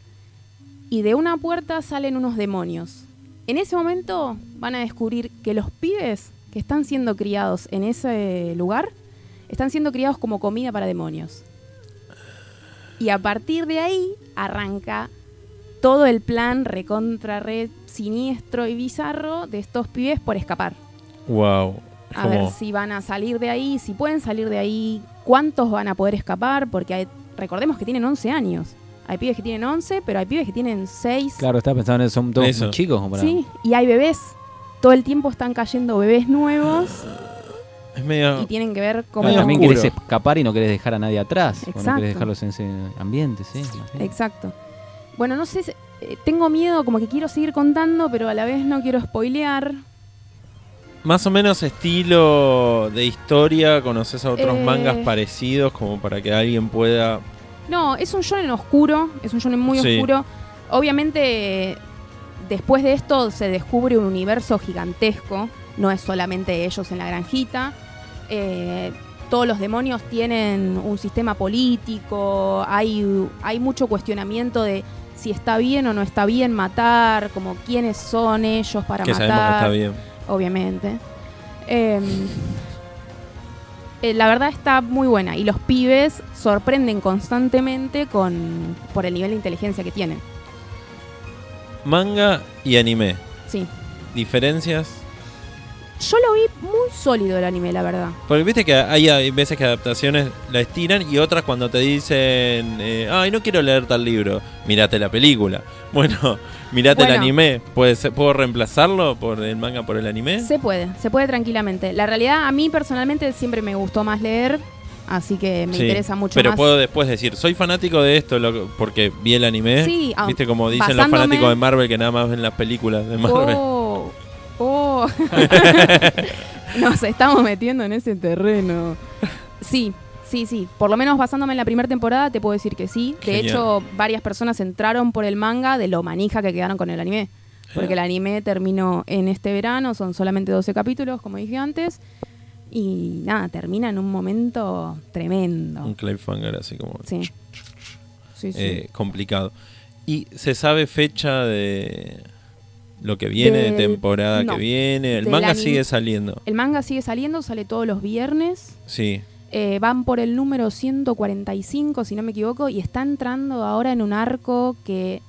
A: y de una puerta salen unos demonios. En ese momento van a descubrir que los pibes que están siendo criados en ese lugar están siendo criados como comida para demonios. Y a partir de ahí arranca todo el plan recontra red siniestro y bizarro de estos pibes por escapar.
B: Wow.
A: A ver si van a salir de ahí, si pueden salir de ahí, cuántos van a poder escapar, porque hay- recordemos que tienen 11 años. Hay pibes que tienen 11, pero hay pibes que tienen 6.
C: Claro, estaba pensando en eso, son todos
B: Eso.
C: muy chicos. como para-
A: Sí, y hay bebés. Todo el tiempo están cayendo bebés nuevos
B: Es medio...
A: y tienen que ver cómo...
C: Ah, Claro, también
B: oscuro.
C: querés escapar y no querés dejar a nadie atrás. O no
A: Exacto.
C: querés dejarlos en ese ambiente, sí. imagino.
A: Exacto. Bueno, no sé, si- eh, tengo miedo, como que quiero seguir contando, pero a la vez no quiero spoilear.
B: Más o menos estilo de historia, conoces a otros
A: Eh.
B: mangas parecidos como para que alguien pueda...
A: No, es un shonen oscuro, es un shonen muy
B: Sí.
A: oscuro. Obviamente, eh, después de esto se descubre un universo gigantesco. No es solamente ellos en la granjita. Eh, todos los demonios tienen un sistema político. Hay, hay mucho cuestionamiento de si está bien o no está bien matar, como quiénes son ellos para
B: que
A: matar
B: sabemos que está bien.
A: obviamente. Eh, eh, la verdad está muy buena y los pibes sorprenden constantemente con por el nivel de inteligencia que tienen.
B: Manga y anime.
A: Sí.
B: ¿Diferencias?
A: Yo lo vi muy sólido el anime, la verdad.
B: Porque viste que hay, hay veces que adaptaciones la estiran y otras cuando te dicen, eh, ay, no quiero leer tal libro, mirate la película. [laughs] Bueno, mirate el
A: Bueno.
B: anime. ¿Puede ser- ¿Puedo reemplazarlo por el manga por el anime?
A: Se puede, se puede tranquilamente. La realidad a mí personalmente siempre me gustó más leer, así que me
B: Sí,
A: interesa mucho
B: Pero
A: más.
B: puedo después decir, soy fanático de esto lo- porque vi el anime.
A: Sí, ah,
B: Viste como dicen los
A: basándome-
B: fanáticos de Marvel que nada más ven las películas de Marvel.
A: Oh,
B: [laughs]
A: oh. Nos estamos metiendo en ese terreno. Sí, sí, sí. Por lo menos basándome en la primera temporada, te puedo decir que sí. De
B: Genial.
A: hecho, varias personas entraron por el manga de lo manija que quedaron con el anime. Porque el anime terminó en este verano, son solamente 12 capítulos, como dije antes. Y nada, termina en un momento
B: Un
A: tremendo.
B: cliffhanger así como
A: Sí. Sí, sí.
B: eh, complicado. ¿Y se sabe fecha de lo que viene, de
A: Del-
B: temporada
A: no.
B: que viene? El
A: Del
B: manga
A: anime.
B: sigue saliendo.
A: El manga sigue saliendo, sale todos los viernes.
B: Sí.
A: Eh, van por el número 145, si no me equivoco, y está entrando ahora en un arco que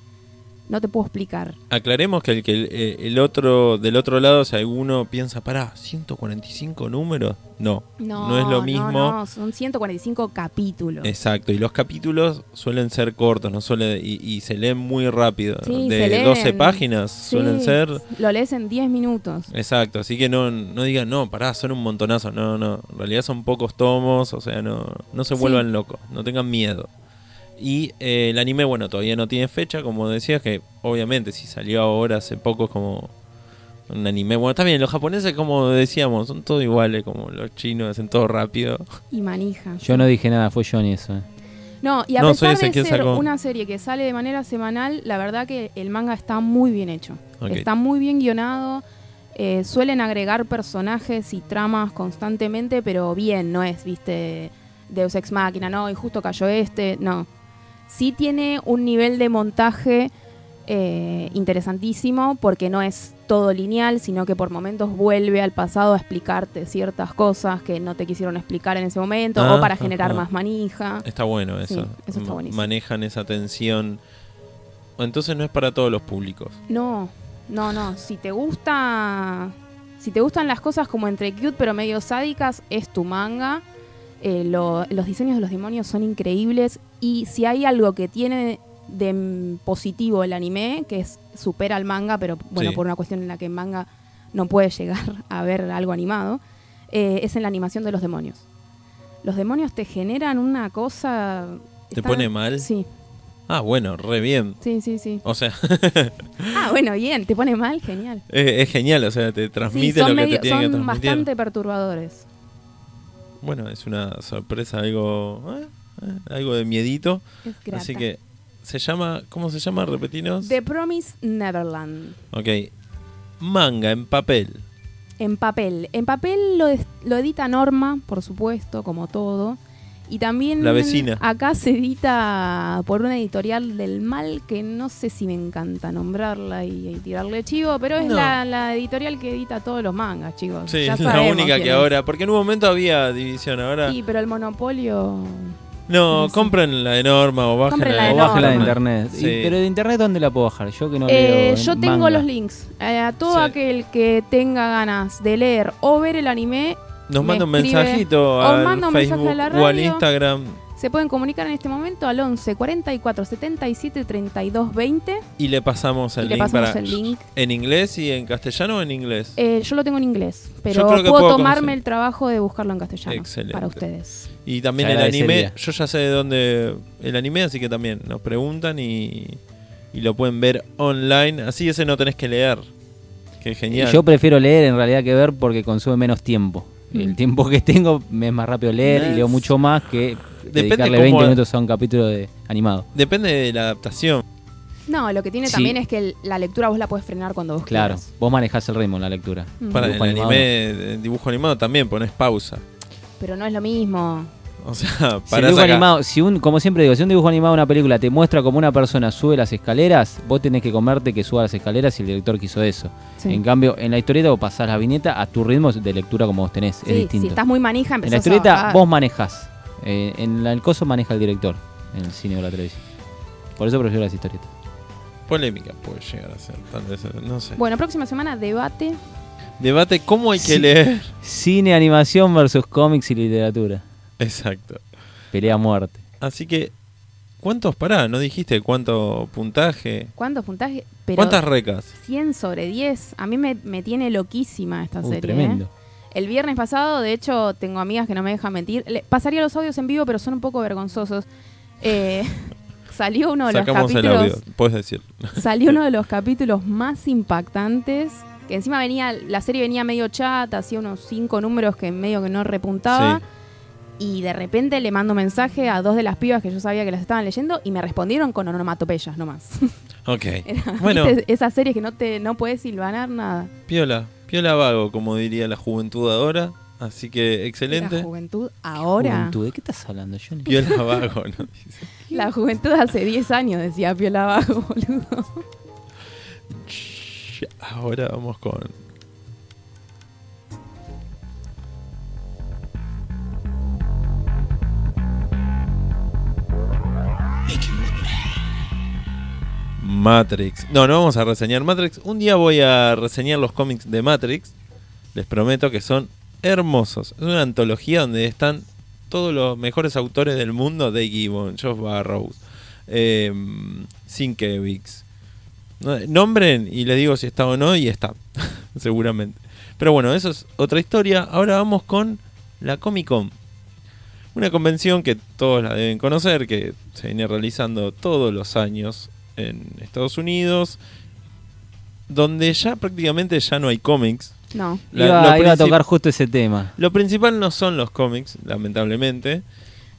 A: no te puedo explicar.
B: Aclaremos que el que el, eh, el otro del otro lado, si alguno piensa, pará, 145 números, no, no,
A: No,
B: es lo mismo.
A: No, no, son 145 capítulos.
B: Exacto, y los capítulos suelen ser cortos, no suele y, y se leen muy rápido,
A: Sí,
B: de
A: se leen.
B: 12 páginas
A: Sí,
B: suelen ser.
A: Lo lees en 10 minutos.
B: Exacto, así que no, no digan, no, pará, son un montonazo, no, no, en realidad son pocos tomos, o sea, no, no se
A: Sí.
B: vuelvan locos, no tengan miedo. Y eh, el anime, bueno, todavía no tiene fecha, como decías, que obviamente si salió ahora hace poco es como un anime, bueno, también los japoneses, como decíamos, son todos iguales, como los chinos, hacen todo rápido.
A: Y manija.
C: Yo no dije nada, fue Johnny eso. eh.
A: No, y a
B: No, soy
A: pesar
B: ese
A: de
B: que
A: ser
B: sacó-
A: una serie que sale de manera semanal, la verdad que el manga está muy bien hecho.
B: Ok.
A: Está muy bien guionado. eh, suelen agregar personajes y tramas constantemente, pero bien, no es, viste, Deus Ex Máquina, no, y justo cayó este, no. Sí tiene un nivel de montaje eh, interesantísimo porque no es todo lineal, sino que por momentos vuelve al pasado a explicarte ciertas cosas que no te quisieron explicar en ese momento
B: Ah,
A: o para
B: ajá.
A: generar más manija.
B: Está bueno eso.
A: Sí, eso está
B: Ma-
A: buenísimo.
B: Manejan esa tensión. Entonces no es para todos los públicos.
A: No, no, no. Si te gusta. Si te gustan las cosas como entre cute pero medio sádicas, es tu manga. Eh, lo- los diseños de los demonios son increíbles. Y si hay algo que tiene de mm, positivo el anime, que es supera al manga, pero bueno,
B: Sí.
A: por una cuestión en la que en manga no puede llegar a ver algo animado, eh, es en la animación de los demonios. Los demonios te generan una cosa.
B: ¿Te pone mal?
A: Sí,
B: Ah, bueno, re bien.
A: sí, sí, sí.
B: O sea, [laughs]
A: Ah, bueno, bien, te pone mal, genial.
B: es, es genial, o sea, te
A: Sí,
B: transmite
A: son,
B: lo que
A: medio-
B: te tiene que
A: son
B: transmitir.
A: bastante perturbadores.
B: Bueno, es una sorpresa, algo ¿eh? ¿eh? algo de miedito.
A: Es grata.
B: Así que se llama, ¿cómo se llama? Repetinos.
A: The Promise Neverland.
B: ok. Manga en papel.
A: En papel. En papel lo, es- lo edita Norma, por supuesto, como todo. Y también
B: La vecina.
A: acá se edita por una editorial del mal que no sé si me encanta nombrarla y, y tirarle chivo, pero es
B: No.
A: la, la editorial que edita todos los mangas, chicos.
B: Sí,
A: Ya
B: es [laughs] la
A: sabemos
B: única
A: quién
B: que
A: es.
B: ahora, porque en un momento había división, ahora
A: Sí, pero el monopolio.
B: no,
A: sí.
B: compren la de Norma o bajen
A: Compren
B: la
A: la
B: de
C: O
A: de Norma.
C: bájala de
A: no.
C: internet. Y-
B: Sí.
C: pero de internet, ¿dónde la puedo bajar? Yo que no
A: Eh,
C: leo.
A: yo
C: en
A: tengo
C: manga.
A: los links. Eh, a todo
B: Sí.
A: aquel que tenga ganas de leer o ver el anime,
B: Nos
A: Me
B: manda un
A: escribe-
B: mensajito
A: o
B: al
A: manda un mensaje
B: Facebook
A: a la
B: o al
A: radio.
B: Instagram
A: Se pueden comunicar en este momento al 11 44 77 32 20
B: y le pasamos el
A: y le
B: link
A: pasamos
B: para
A: el link.
B: en inglés y en castellano o en inglés.
A: Eh, yo lo tengo en inglés, pero
B: Yo creo
A: puedo,
B: que puedo
A: tomarme
B: conseguir.
A: el trabajo de buscarlo en castellano
B: Excelente.
A: para ustedes.
B: y también
C: se
B: el anime,
C: agradecería.
B: yo ya sé de dónde el anime, así que también nos preguntan y y lo pueden ver online. Así ese no tenés que leer. Qué genial.
C: Yo prefiero leer en realidad que ver porque consume menos tiempo.
A: Mm.
C: El tiempo que tengo me es más rápido leer y leo mucho más que dedicarle
B: cómo-
C: 20 minutos a un capítulo de animado.
B: Depende de la adaptación.
A: No, lo que tiene
C: Sí.
A: también es que el- la lectura vos la puedes frenar cuando vos
C: Claro,
A: quieras.
C: vos manejás el ritmo en la lectura.
A: Mm.
B: Para el
C: Dibujo animado.
B: anime, el dibujo animado también pones pausa.
A: Pero no es lo mismo.
B: O sea,
C: Si el
B: para
C: dibujo animado, si un, como siempre digo, si un dibujo animado de una película te muestra como una persona sube las escaleras, vos tenés que comerte que suba las escaleras si el director quiso eso.
A: Sí.
C: En cambio, en la historieta vos pasás la viñeta a tu ritmo de lectura como vos tenés,
A: Sí,
C: es distinto.
A: si estás muy manija,
C: en la
A: empezás a
C: historieta
A: bajar.
C: vos manejás, eh, en la- el coso maneja el director, en el cine o la televisión. Por eso prefiero las historietas.
B: polémica puede llegar a ser, tal vez, no sé.
A: Bueno, próxima semana debate.
B: Debate cómo hay que
C: Sí.
B: leer. [laughs]
C: Cine, animación versus cómics y literatura.
B: Exacto.
C: Pelea a muerte.
B: Así que, ¿cuántos? Pará, no dijiste cuánto puntaje.
A: ¿Cuántos puntajes? Pero
B: ¿Cuántas recas?
A: 100 sobre 10. A mí me, me tiene loquísima esta
C: Uy,
A: serie. ¿eh?
C: Uh, tremendo.
A: El viernes pasado, de hecho, tengo amigas que no me dejan mentir. Le- pasaría los audios en vivo, pero son un poco vergonzosos. Eh, [laughs] salió uno de
B: Sacamos
A: los
B: el audio,
A: capítulos.
B: puedes decir.
A: Salió uno de los capítulos más impactantes. Que encima venía, la serie venía medio chata, hacía unos cinco números que medio que no repuntaba.
B: Sí.
A: Y de repente le mando un mensaje a dos de las pibas que yo sabía que las estaban leyendo y me respondieron con onomatopeyas nomás. [laughs]
B: Ok.
A: Era,
B: Bueno,
A: ¿viste? esas series que no te no puedes silvanar nada.
B: piola. Piola vago, como diría la juventud ahora. Así que,
A: La
B: excelente.
A: juventud ahora.
C: Juventud, ¿De qué estás hablando, Johnny?
B: Piola vago, [laughs] ¿no? Dice.
A: La juventud hace 10 años, decía Piola Bajo, boludo.
B: Shh, Ahora vamos con. Matrix. No, no vamos a reseñar Matrix. Un día voy a reseñar los cómics de Matrix. Les prometo que son hermosos. Es una antología donde están todos los mejores autores del mundo. Dave Gibbon, Josh Barrows, eh, Sienkiewicz, no- Nombren y les digo si está o no, y está, [laughs] seguramente. Pero bueno, eso es otra historia. Ahora vamos con la Comic Con. Una convención que todos la deben conocer, que se viene realizando todos los años en Estados Unidos, donde ya prácticamente ya no hay cómics.
A: No.
B: La-
C: iba,
B: lo
C: iba a
B: princip-
C: tocar justo ese tema.
B: Lo principal no son los cómics, lamentablemente.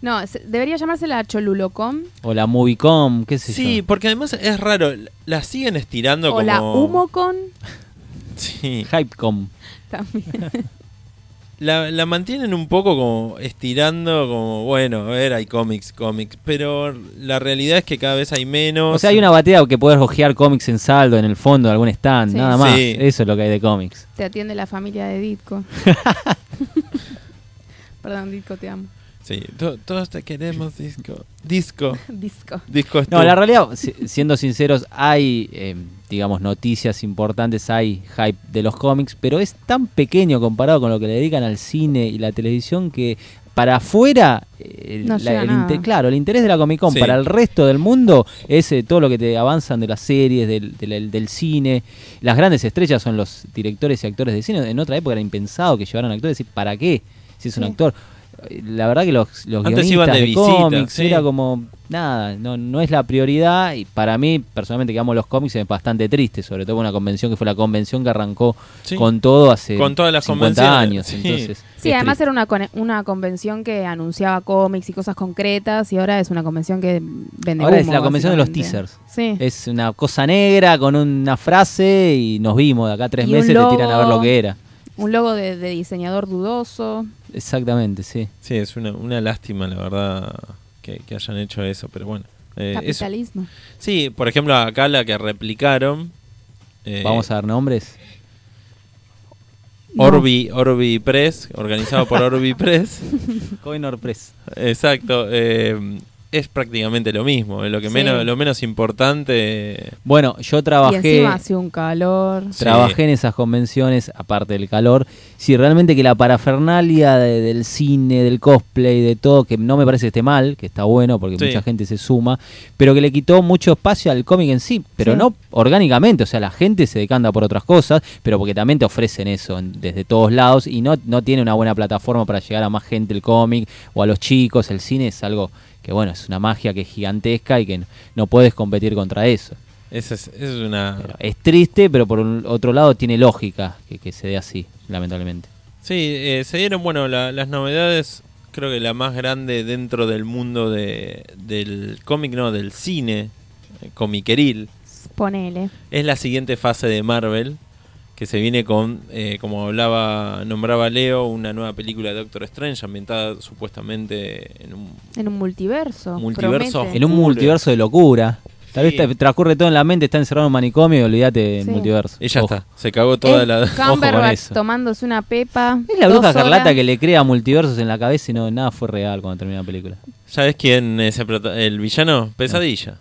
A: No, se- debería llamarse la Cholulocom
C: O la Movicom, qué sé
B: Sí,
C: yo.
B: porque además es raro, la siguen estirando
A: o
B: como...
A: la Humocon
B: [laughs] Sí.
C: Hypecom.
A: también.
B: La, la mantienen un poco como estirando, como bueno, a ver, hay cómics, cómics, pero la realidad es que cada vez hay menos.
C: O sea, hay una batea que podés hojear cómics en saldo, en el fondo, de algún stand,
A: Sí.
C: nada más.
B: Sí.
C: Eso es lo que hay de cómics.
A: Te atiende la familia de
C: [laughs]
A: Ditko. Perdón, Ditko, te amo.
B: Sí, to- todos te queremos, disco. Disco.
A: Disco.
B: Disco es
C: No,
B: tú.
C: la realidad, si- siendo sinceros, hay, eh, digamos, noticias importantes, hay hype de los cómics, pero es tan pequeño comparado con lo que le dedican al cine y la televisión que para afuera, eh,
A: No
C: la-
A: llega
C: el
A: nada.
C: inte- claro, el interés de la Comic Con
B: Sí.
C: para el resto del mundo es eh, todo lo que te avanzan de las series, del, del- del cine. Las grandes estrellas son los directores y actores de cine. En otra época era impensado que llevaran actores. ¿Y ¿Para qué? Si es un
A: Sí.
C: actor. Eh, La verdad que los, los
B: Antes
C: guionistas
B: iban de visita,
C: cómics
B: sí.
C: era como nada, no, no es la prioridad y para mí personalmente que amo los cómics es bastante triste, sobre todo una convención que fue la convención que arrancó
B: Sí.
C: con todo hace
B: Con todas las
C: 50
B: convenciones,
C: años,
B: sí.
C: entonces.
A: Sí,
C: es
A: además
C: triste.
A: era una, con- una convención que anunciaba cómics y cosas concretas y ahora es una convención que vende
C: Ahora es
A: humo,
C: la convención de los
A: básicamente.
C: teasers.
A: Sí.
C: es una cosa negra con una frase y nos vimos de acá a tres
A: Y un
C: meses te
A: logo.
C: tiran a ver lo que era.
A: Un logo de, de diseñador dudoso.
C: Exactamente, sí.
B: Sí, es una, una lástima, la verdad, que, que hayan hecho eso, pero bueno. eh, eso-
A: capitalismo.
B: Sí, por ejemplo, acá la que replicaron. eh,
C: Vamos a dar nombres.
B: Orbi, Orbi Press, organizado por
C: [laughs]
B: Orbi Press.
C: Coinor Press.
B: Exacto. eh, es prácticamente lo mismo. eh, Lo, que
A: Sí.
B: menos, lo menos importante.
C: Bueno, yo
A: Y
C: trabajé
A: encima hace un calor.
B: Sí.
C: Trabajé en esas convenciones, aparte del calor. Sí, realmente que la parafernalia de- del cine, del cosplay, de todo, que no me parece que esté mal, que está bueno porque
B: Sí.
C: mucha gente se suma, pero que le quitó mucho espacio al cómic en sí, pero
A: Sí.
C: no orgánicamente. O sea, la gente se decanta por otras cosas, pero porque también te ofrecen eso en- desde todos lados y no, no tiene una buena plataforma para llegar a más gente el cómic o a los chicos. El cine es algo que, bueno, es una magia que es gigantesca y que no, no puedes competir contra eso.
B: Esa es, esa es una...
C: Es triste, pero por un- otro lado tiene lógica que, que se dé así, lamentablemente.
B: Sí, eh, se dieron, bueno, la- las novedades, creo que la más grande dentro del mundo de, del cómic, no, del cine, eh, comiqueril,
A: Ponele.
B: es la siguiente fase de Marvel, que se viene con, eh, como hablaba, nombraba Leo, una nueva película de Doctor Strange, ambientada supuestamente en un...
A: En un multiverso.
B: Multiverso.
A: promete.
C: En un
B: Locura.
C: multiverso de locura. Tal vez
B: Sí.
C: te transcurre todo en la mente, está encerrado en un manicomio y olvídate del
A: Sí.
C: multiverso.
B: Ella
C: Ojo.
B: está, se cagó toda
A: Es
B: la...
C: Ojo con
A: Cumberbatch
C: eso.
A: tomándose una pepa.
C: Es la bruja
A: dos horas.
C: escarlata que le crea multiversos en la cabeza y no nada fue real cuando terminó la película.
B: ¿Sabes quién es el, prota- el villano? Pesadilla.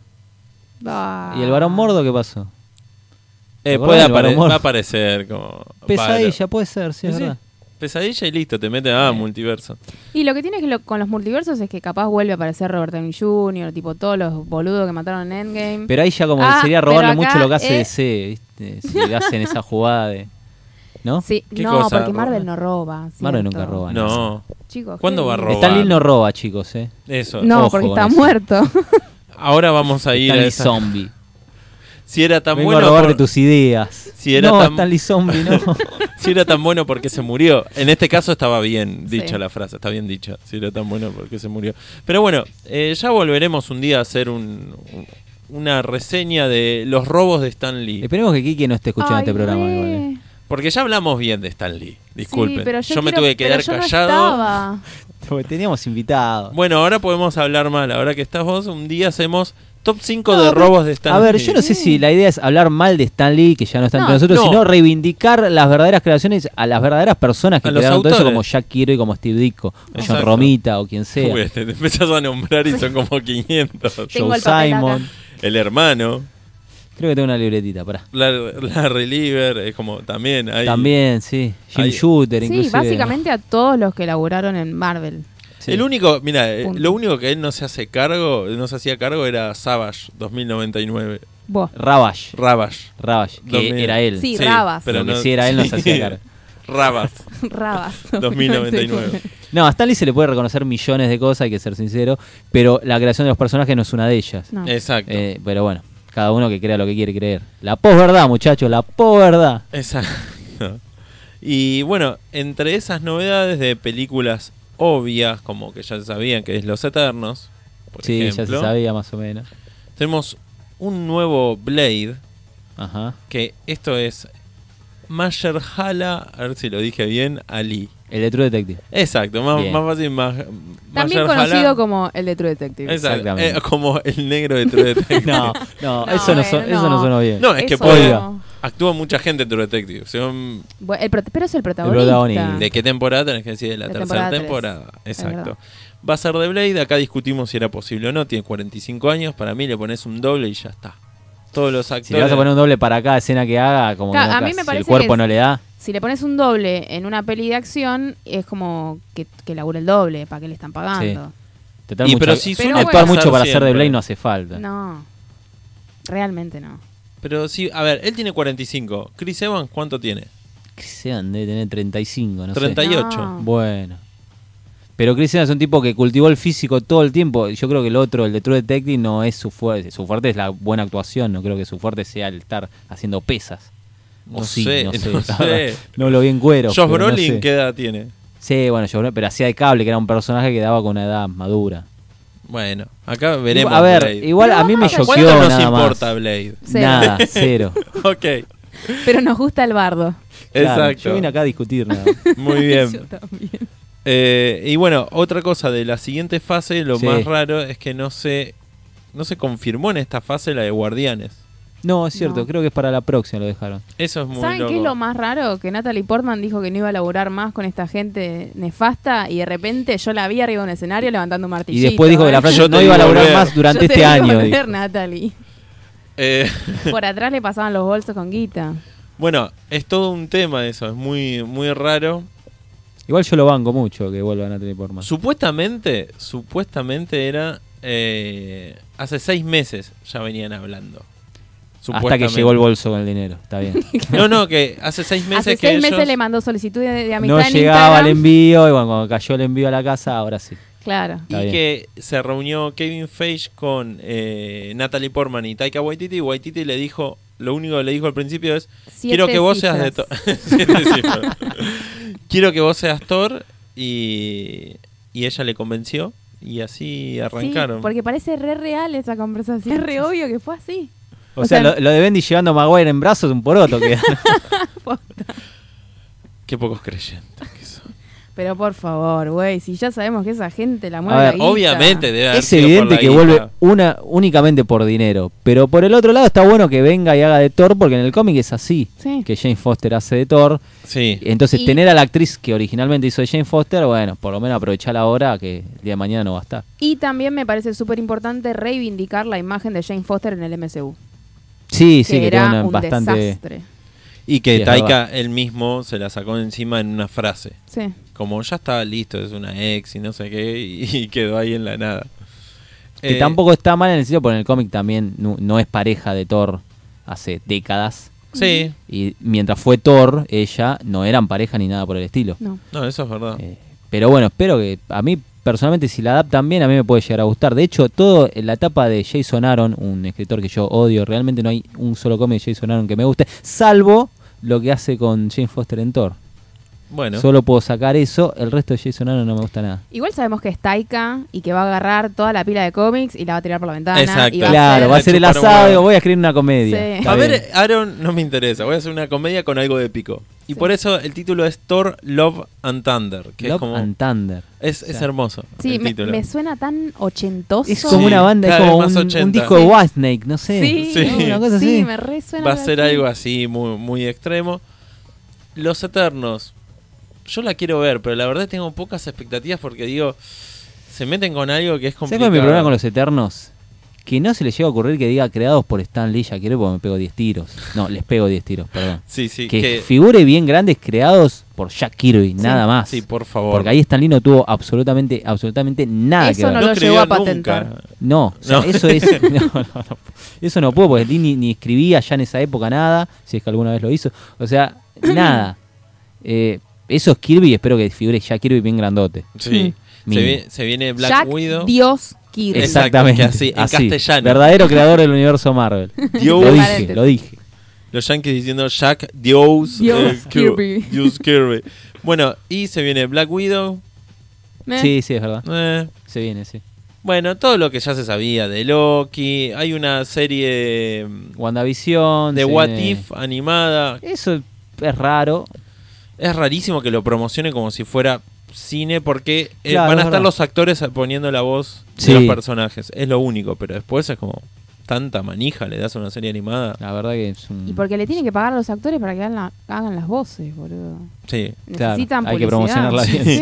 A: Ah.
C: ¿Y el varón mordo qué pasó? ¿Te
B: Eh,
C: acordás
B: puede
C: del
B: apare-
C: Baromor?
B: va a aparecer como...
C: Pesadilla, puede ser, sí,
B: Sí,
C: es
B: sí.
C: verdad. Eh,
B: Pesadilla y listo, te mete a multiverso.
A: Y lo que tiene que lo- con los multiversos es que capaz vuelve a aparecer Robert Downey Jr., tipo todos los boludos que mataron en Endgame.
C: Pero ahí ya como
A: Ah,
C: que sería robarle
A: pero acá
C: mucho lo que hace
A: es-
C: DC, ¿viste? Si le hacen esa jugada de... ¿No?
A: sí,
B: ¿Qué
A: no,
B: cosa?
A: porque Marvel
B: ¿Roba?
A: no roba.
C: Marvel
A: cierto.
C: nunca roba. Bueno,
B: No,
A: Chicos,
B: ¿Cuándo
A: ¿qué-
B: va a robar?
C: Stan Lee no roba, chicos, ¿eh?
B: eso.
A: No,
C: Ojo
A: porque
C: con
A: está
C: eso.
A: muerto.
B: Ahora vamos a ir
C: Stan
B: a
C: Lee
B: esa-
C: zombie.
B: Si era tan
C: Vengo
B: bueno
C: a robar de
B: por-
C: tus ideas.
B: Si era
C: no,
B: tan-
C: Stan Lee zombie, no.
B: [laughs]
C: [laughs]
B: si era tan bueno porque se murió. En este caso estaba bien dicha
A: Sí.
B: la frase, está bien dicha. Si era tan bueno porque se murió. Pero bueno, eh, ya volveremos un día a hacer un- un- una reseña de los robos de Stan Lee.
C: Esperemos que Kike no esté escuchando
A: Ay,
C: este programa.
A: re.
C: igual, ¿eh?
B: Porque ya hablamos bien de Stan Lee. Disculpen.
A: Sí, pero yo,
B: yo, me
A: quiero-
B: tuve que
A: pero
B: quedar
A: yo no
B: callado.
A: estaba.
C: Porque teníamos invitados.
B: bueno, ahora podemos hablar mal. Ahora que estás vos, un día hacemos top 5 de robos de Stan
C: A ver,
B: Lee.
C: yo no sé si la idea es hablar mal de Stan Lee, que ya no está
A: No,
C: entre nosotros,
B: no.
C: sino reivindicar las verdaderas creaciones a las verdaderas personas que
B: A los
C: crearon todo eso,
B: autores.
C: como Jack Kirby, como Steve Ditko, o John
B: Exacto.
C: Romita, o quien sea.
B: Uy, te, te empezás a nombrar y son como 500.
A: Tengo
C: Joe
A: el papel acá.
C: Simon.
B: El hermano,
C: Creo que tengo una libretita, pará.
B: la, la reliever, es como también hay.
C: También, sí. Jim
B: Ahí.
C: Shooter,
A: Sí,
C: inclusive.
A: básicamente a todos los que laburaron en Marvel.
C: Sí.
B: El único, mira, eh,
A: Punto.
B: lo único que él no se hace cargo, no se hacía cargo era Savage 2099,
A: Vos. [laughs]
C: Ravage.
B: Ravage.
C: Ravage, que
B: Dos mil.
C: era él.
A: Sí, Ravage.
C: Lo que sí era él no
B: [laughs]
C: se hacía cargo. [laughs]
B: Ravage [laughs]
A: Rabas.
B: 2099.
C: No, a Stan Lee se le puede reconocer millones de cosas, hay que ser sincero, pero la creación de los personajes no es una de ellas.
A: No.
B: Exacto.
C: Eh, pero bueno, cada uno que crea lo que quiere creer. La posverdad, muchachos, la posverdad.
B: Exacto. Y bueno, entre esas novedades de películas obvias, como que ya sabían que es Los Eternos, por
C: Sí, ya se
B: ejemplo,
C: sabía más o menos.
B: tenemos un nuevo Blade,
C: Ajá.
B: que esto es Majerhala, a ver si lo dije bien, Ali.
C: El de True Detective.
B: Exacto, más,
C: Bien.
B: más fácil, más.
A: También
B: Majerhala.
A: conocido como el de True Detective.
B: Exacto,
C: Exactamente.
B: eh, como el negro de
C: [laughs]
B: True Detective.
C: No, no, eso, no,
A: eh,
C: son-
A: no.
C: eso no sonó bien.
B: No, es que
A: Eso-
B: puede-
C: Oiga.
B: actúa mucha gente en True Detective. Son-
A: Bueno, el prota- pero es el protagonista.
C: protagonista.
B: ¿De qué temporada tenés que decir? De la,
A: La
B: tercera
A: temporada
B: temporada.
A: Ah. tres.
B: Exacto. Va a ser de Blade. Acá discutimos si era posible o no. Tiene 45 años. Para mí le pones un doble y ya está. Todos los actores.
C: Si le vas a poner un doble para cada escena que haga, como
A: Claro,
C: que no,
A: a mí
C: si
A: me parece
C: el cuerpo
A: que-
C: no le da.
A: Si le pones un doble en una peli de acción, es como que, que labura el doble, ¿para qué le están pagando?
C: Te trae
B: Y
C: mucho-
B: pero si
A: Pero
B: suele
A: bueno.
C: actuar mucho
B: pasar
C: para hacer de
B: siempre.
C: Blade no hace falta.
A: No, realmente no.
B: Pero sí, a ver, él tiene 45. Chris Evans, ¿cuánto tiene?
C: Que sean, debe tener 35, no sé.
B: 38.
A: No.
C: Bueno. Pero Chris Evans es un tipo que cultivó el físico todo el tiempo. Yo creo que el otro, el de True Detective, no es su fuerte. Su fuerte es la buena actuación. No creo que su fuerte sea el estar haciendo pesas. O
B: No
C: sí,
B: sé,
C: no sé.
B: [laughs] no sé.
C: No lo vi en cuero.
B: Josh
C: pero no
B: Brolin,
C: sé.
B: ¿qué edad tiene?
C: Sí, bueno, Josh Brolin, pero hacía de cable, que era un personaje que daba con una edad madura.
B: Bueno, acá veremos.
C: a ver,
B: Blade.
C: igual
A: Pero
C: a mí me
A: vamos a-
C: choqueó
B: ¿Cuánto nos
C: nada
B: importa
C: más.
B: Blade? [laughs]
A: Cero. [laughs]
C: Nada, cero.
B: ok,
A: Pero nos gusta el bardo.
C: Claro,
B: exacto.
C: Yo [laughs] vine acá a discutir
A: [laughs]
C: nada.
B: Muy
A: Yo
B: bien.
A: también.
B: Eh, y bueno, otra cosa de la siguiente fase, lo
C: Sí.
B: más raro es que no se, no se confirmó en esta fase la de Guardianes.
C: No, es cierto,
A: No.
C: creo que es para la próxima lo dejaron.
B: Eso es muy
A: ¿Saben
B: loco.
A: qué es lo más raro? Que Natalie Portman dijo que no iba a laburar más con esta gente nefasta y de repente yo la vi arriba de un escenario levantando un
C: Y
A: martillito.
C: después dijo que la
A: ¿eh?
C: frase
B: Yo
C: no
B: te
C: iba a
B: digo
C: laburar
B: ver.
C: más durante
A: Yo te
C: este
A: digo
C: año.
A: volver,
C: dijo.
A: Natalie.
B: Eh, [laughs]
A: Por atrás le pasaban los bolsos con guita.
B: bueno, es todo un tema eso, es muy, muy raro.
C: Igual yo lo banco mucho que vuelvan a tener por más.
B: Supuestamente, supuestamente era eh, hace seis meses ya venían hablando.
C: Hasta que
B: Supuestamente. [laughs]
C: llegó el bolso con el dinero, está
A: [laughs]
C: bien.
B: No, no, que hace seis meses
A: Hace
B: que
A: seis
B: ellos-
A: meses le mandó solicitud de, de amistad
C: no
A: en
C: llegaba el
A: Instagram.
C: envío y bueno, cuando cayó el envío a la casa, ahora sí.
A: Claro.
C: Está
B: y
C: bien.
B: que se reunió Kevin Feige con eh, Natalie Portman y Taika Waititi. Y Waititi le dijo, lo único que le dijo al principio es, quiero
A: Siete
B: que vos seas de
A: cifras.
B: to- [laughs] Siete cifras. [laughs] quiero que vos seas Thor y, y ella le convenció y así
A: Sí,
B: arrancaron.
A: porque parece re real esa conversación. Es re obvio que fue así.
C: O, sea, lo, lo de Bendy llevando a Maguire en brazos es un poroto. [laughs] Que,
B: Qué pocos creyentes que son.
A: Pero por favor, güey, si ya sabemos que esa gente la
C: A
A: mueve.
C: ver,
A: la guita.
B: Obviamente debe haber
C: es
B: sido por
C: evidente
B: la
C: que
B: guita.
C: vuelve una únicamente por dinero. Pero por el otro lado está bueno que venga y haga de Thor, porque en el cómic es así.
A: Sí.
C: Que Jane Foster hace de Thor.
B: Sí.
C: Entonces,
A: Y-
C: tener a la actriz que originalmente hizo de Jane Foster, bueno, por lo menos aprovechar la hora que el día de mañana no va a estar.
A: Y también me parece súper importante reivindicar la imagen de Jane Foster en el MCU.
C: Sí,
A: Que
C: sí, que
A: era
C: tiene
A: un
C: bastante.
A: desastre.
B: Y
C: Sí,
B: que
C: es
B: Taika
C: verdad.
B: él mismo se la sacó de encima en una frase.
A: Sí.
B: Como ya estaba listo, es una ex y no sé qué, [laughs] y, y quedó ahí en la nada.
C: Que
B: Eh,
C: tampoco está mal en el sitio, porque en el cómic también no, no es pareja de Thor hace décadas.
B: Sí,
C: Y mientras fue Thor, ella no eran pareja ni nada por el estilo.
A: No.
B: no, eso es verdad.
C: Eh, pero bueno, espero que a mí personalmente si la adaptan bien a mí me puede llegar a gustar. De hecho, todo en la etapa de Jason Aaron, un escritor que yo odio, realmente no hay un solo cómic de Jason Aaron que me guste, salvo lo que hace con Jane Foster en Thor.
B: Bueno,
C: Solo puedo sacar eso, el resto de Jason Aaron no me gusta nada.
A: Igual sabemos que es Taika y que va a agarrar toda la pila de cómics y la va a tirar por la ventana.
B: Exacto.
A: y va a
C: Claro,
A: hacer-
C: va a ser el
B: Chupar un
C: asado,
B: huevo.
C: digo, voy a escribir una comedia.
A: Sí.
C: Está
B: a
C: bien.
B: ver, eh, Aaron no me interesa. Voy a hacer una comedia con algo épico. Y por eso el título es Thor, Love and Thunder. Que es
C: Love
B: como.
C: and Thunder.
B: Es, es hermoso.
A: Sí,
B: el
A: me,
B: título.
A: me suena tan ochentoso.
C: Es como
B: Sí,
C: una banda, es
B: cada
C: como
B: vez más
C: un, un
B: 80.
C: disco de
A: Sí.
C: Whitesnake, no sé.
A: Sí,
B: Sí.
A: sí.
C: Una cosa así.
A: me re suena
B: Va a ser
A: así.
B: algo así, muy, muy extremo. Los Eternos. Yo la quiero ver, pero la verdad tengo pocas expectativas porque digo. Se meten con algo que es
C: ¿Sabes
B: complicado.
C: cuál es mi problema con los Eternos? Que no se les llega a ocurrir que diga creados por Stan Lee, ya quiero porque me pego 10 tiros. No, les pego 10 tiros, perdón.
B: Sí, sí,
C: que,
B: que-
C: figure bien grandes creados por Jack Kirby, nada más.
B: sí, por favor.
C: Porque ahí Stan Lee no tuvo absolutamente, absolutamente nada
A: Eso
C: que ver.
A: no
B: no
A: lo
B: escribió
A: llegó a
B: nunca.
A: patentar.
C: No, o sea,
B: No.
C: eso
B: [laughs]
C: es. [laughs] no, no, no. Eso no puedo, porque Lee ni, ni escribía ya en esa época nada, si es que alguna vez lo hizo.
A: [clears throat]
C: O sea, nada. Eh, eso es Kirby y espero que figure ya Kirby bien grandote.
B: Sí.
C: Mm.
B: Se, vi- se viene Black
A: Jack
B: Widow.
A: Dios Kirby.
B: Exacto.
C: Exactamente.
B: que así, en castellano.
C: Verdadero creador del
B: [laughs]
C: universo Marvel.
B: Dios.
C: Lo dije,
A: Paréntesis.
C: lo dije.
B: Los Yankees diciendo Jack Dios,
A: Dios
B: eh, Kir-
A: Kirby.
B: Dios Kirby. Bueno, y se viene Black Widow.
A: Eh,
C: Sí, sí, es verdad.
B: eh,
C: Se viene, sí.
B: bueno, todo lo que ya se sabía de Loki. Hay una serie mm,
C: WandaVision.
B: de
C: se
B: What
C: viene-
B: If animada.
C: Eso es raro.
B: Es rarísimo que lo promocione como si fuera cine porque eh,
C: Claro,
B: van a
C: es
B: estar
C: verdad.
B: los actores poniendo la voz
C: Sí.
B: de los personajes. Es lo único, pero después es como tanta manija le das a una serie animada.
C: La verdad que es un.
A: Y porque le tienen que pagar a los actores para que hagan, la- hagan las voces, boludo.
B: Sí.
C: Claro,
A: Necesitan
C: hay que
A: publicidad.
C: promocionarla bien.
A: Sí.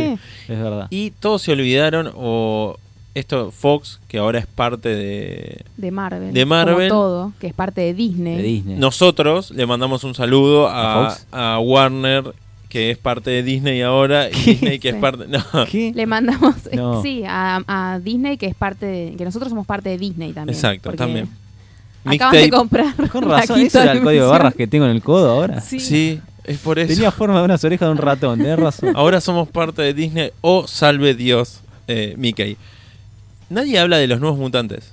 C: sí. Es verdad.
B: Y todos se olvidaron, o esto, Fox, que ahora es parte de
A: De Marvel.
B: De Marvel.
A: Como todo, que es parte de Disney.
C: De Disney.
B: nosotros, le mandamos un saludo
C: ¿A
B: a,
C: Fox?
B: a Warner, que es parte de Disney
C: [laughs]
B: ahora, y Disney que es
A: Sí.
B: parte... No,
C: ¿Qué?
A: Le mandamos,
C: No.
A: [laughs] sí, a, a Disney, que es parte de, que nosotros somos parte de Disney también.
B: [laughs] Exacto,
A: porque
B: también.
A: Acaban
B: Mixtape.
A: de comprar.
C: Con
A: [laughs] la
C: razón,
A: quinta
C: eso era el código de
A: dimensión.
C: barras que tengo en el codo ahora.
A: Sí.
B: Sí, es por eso.
C: Tenía forma de unas orejas de un ratón,
B: [laughs]
C: tenés razón.
B: Ahora somos parte de Disney o salve Dios, eh, Mickey. Nadie habla de los nuevos mutantes.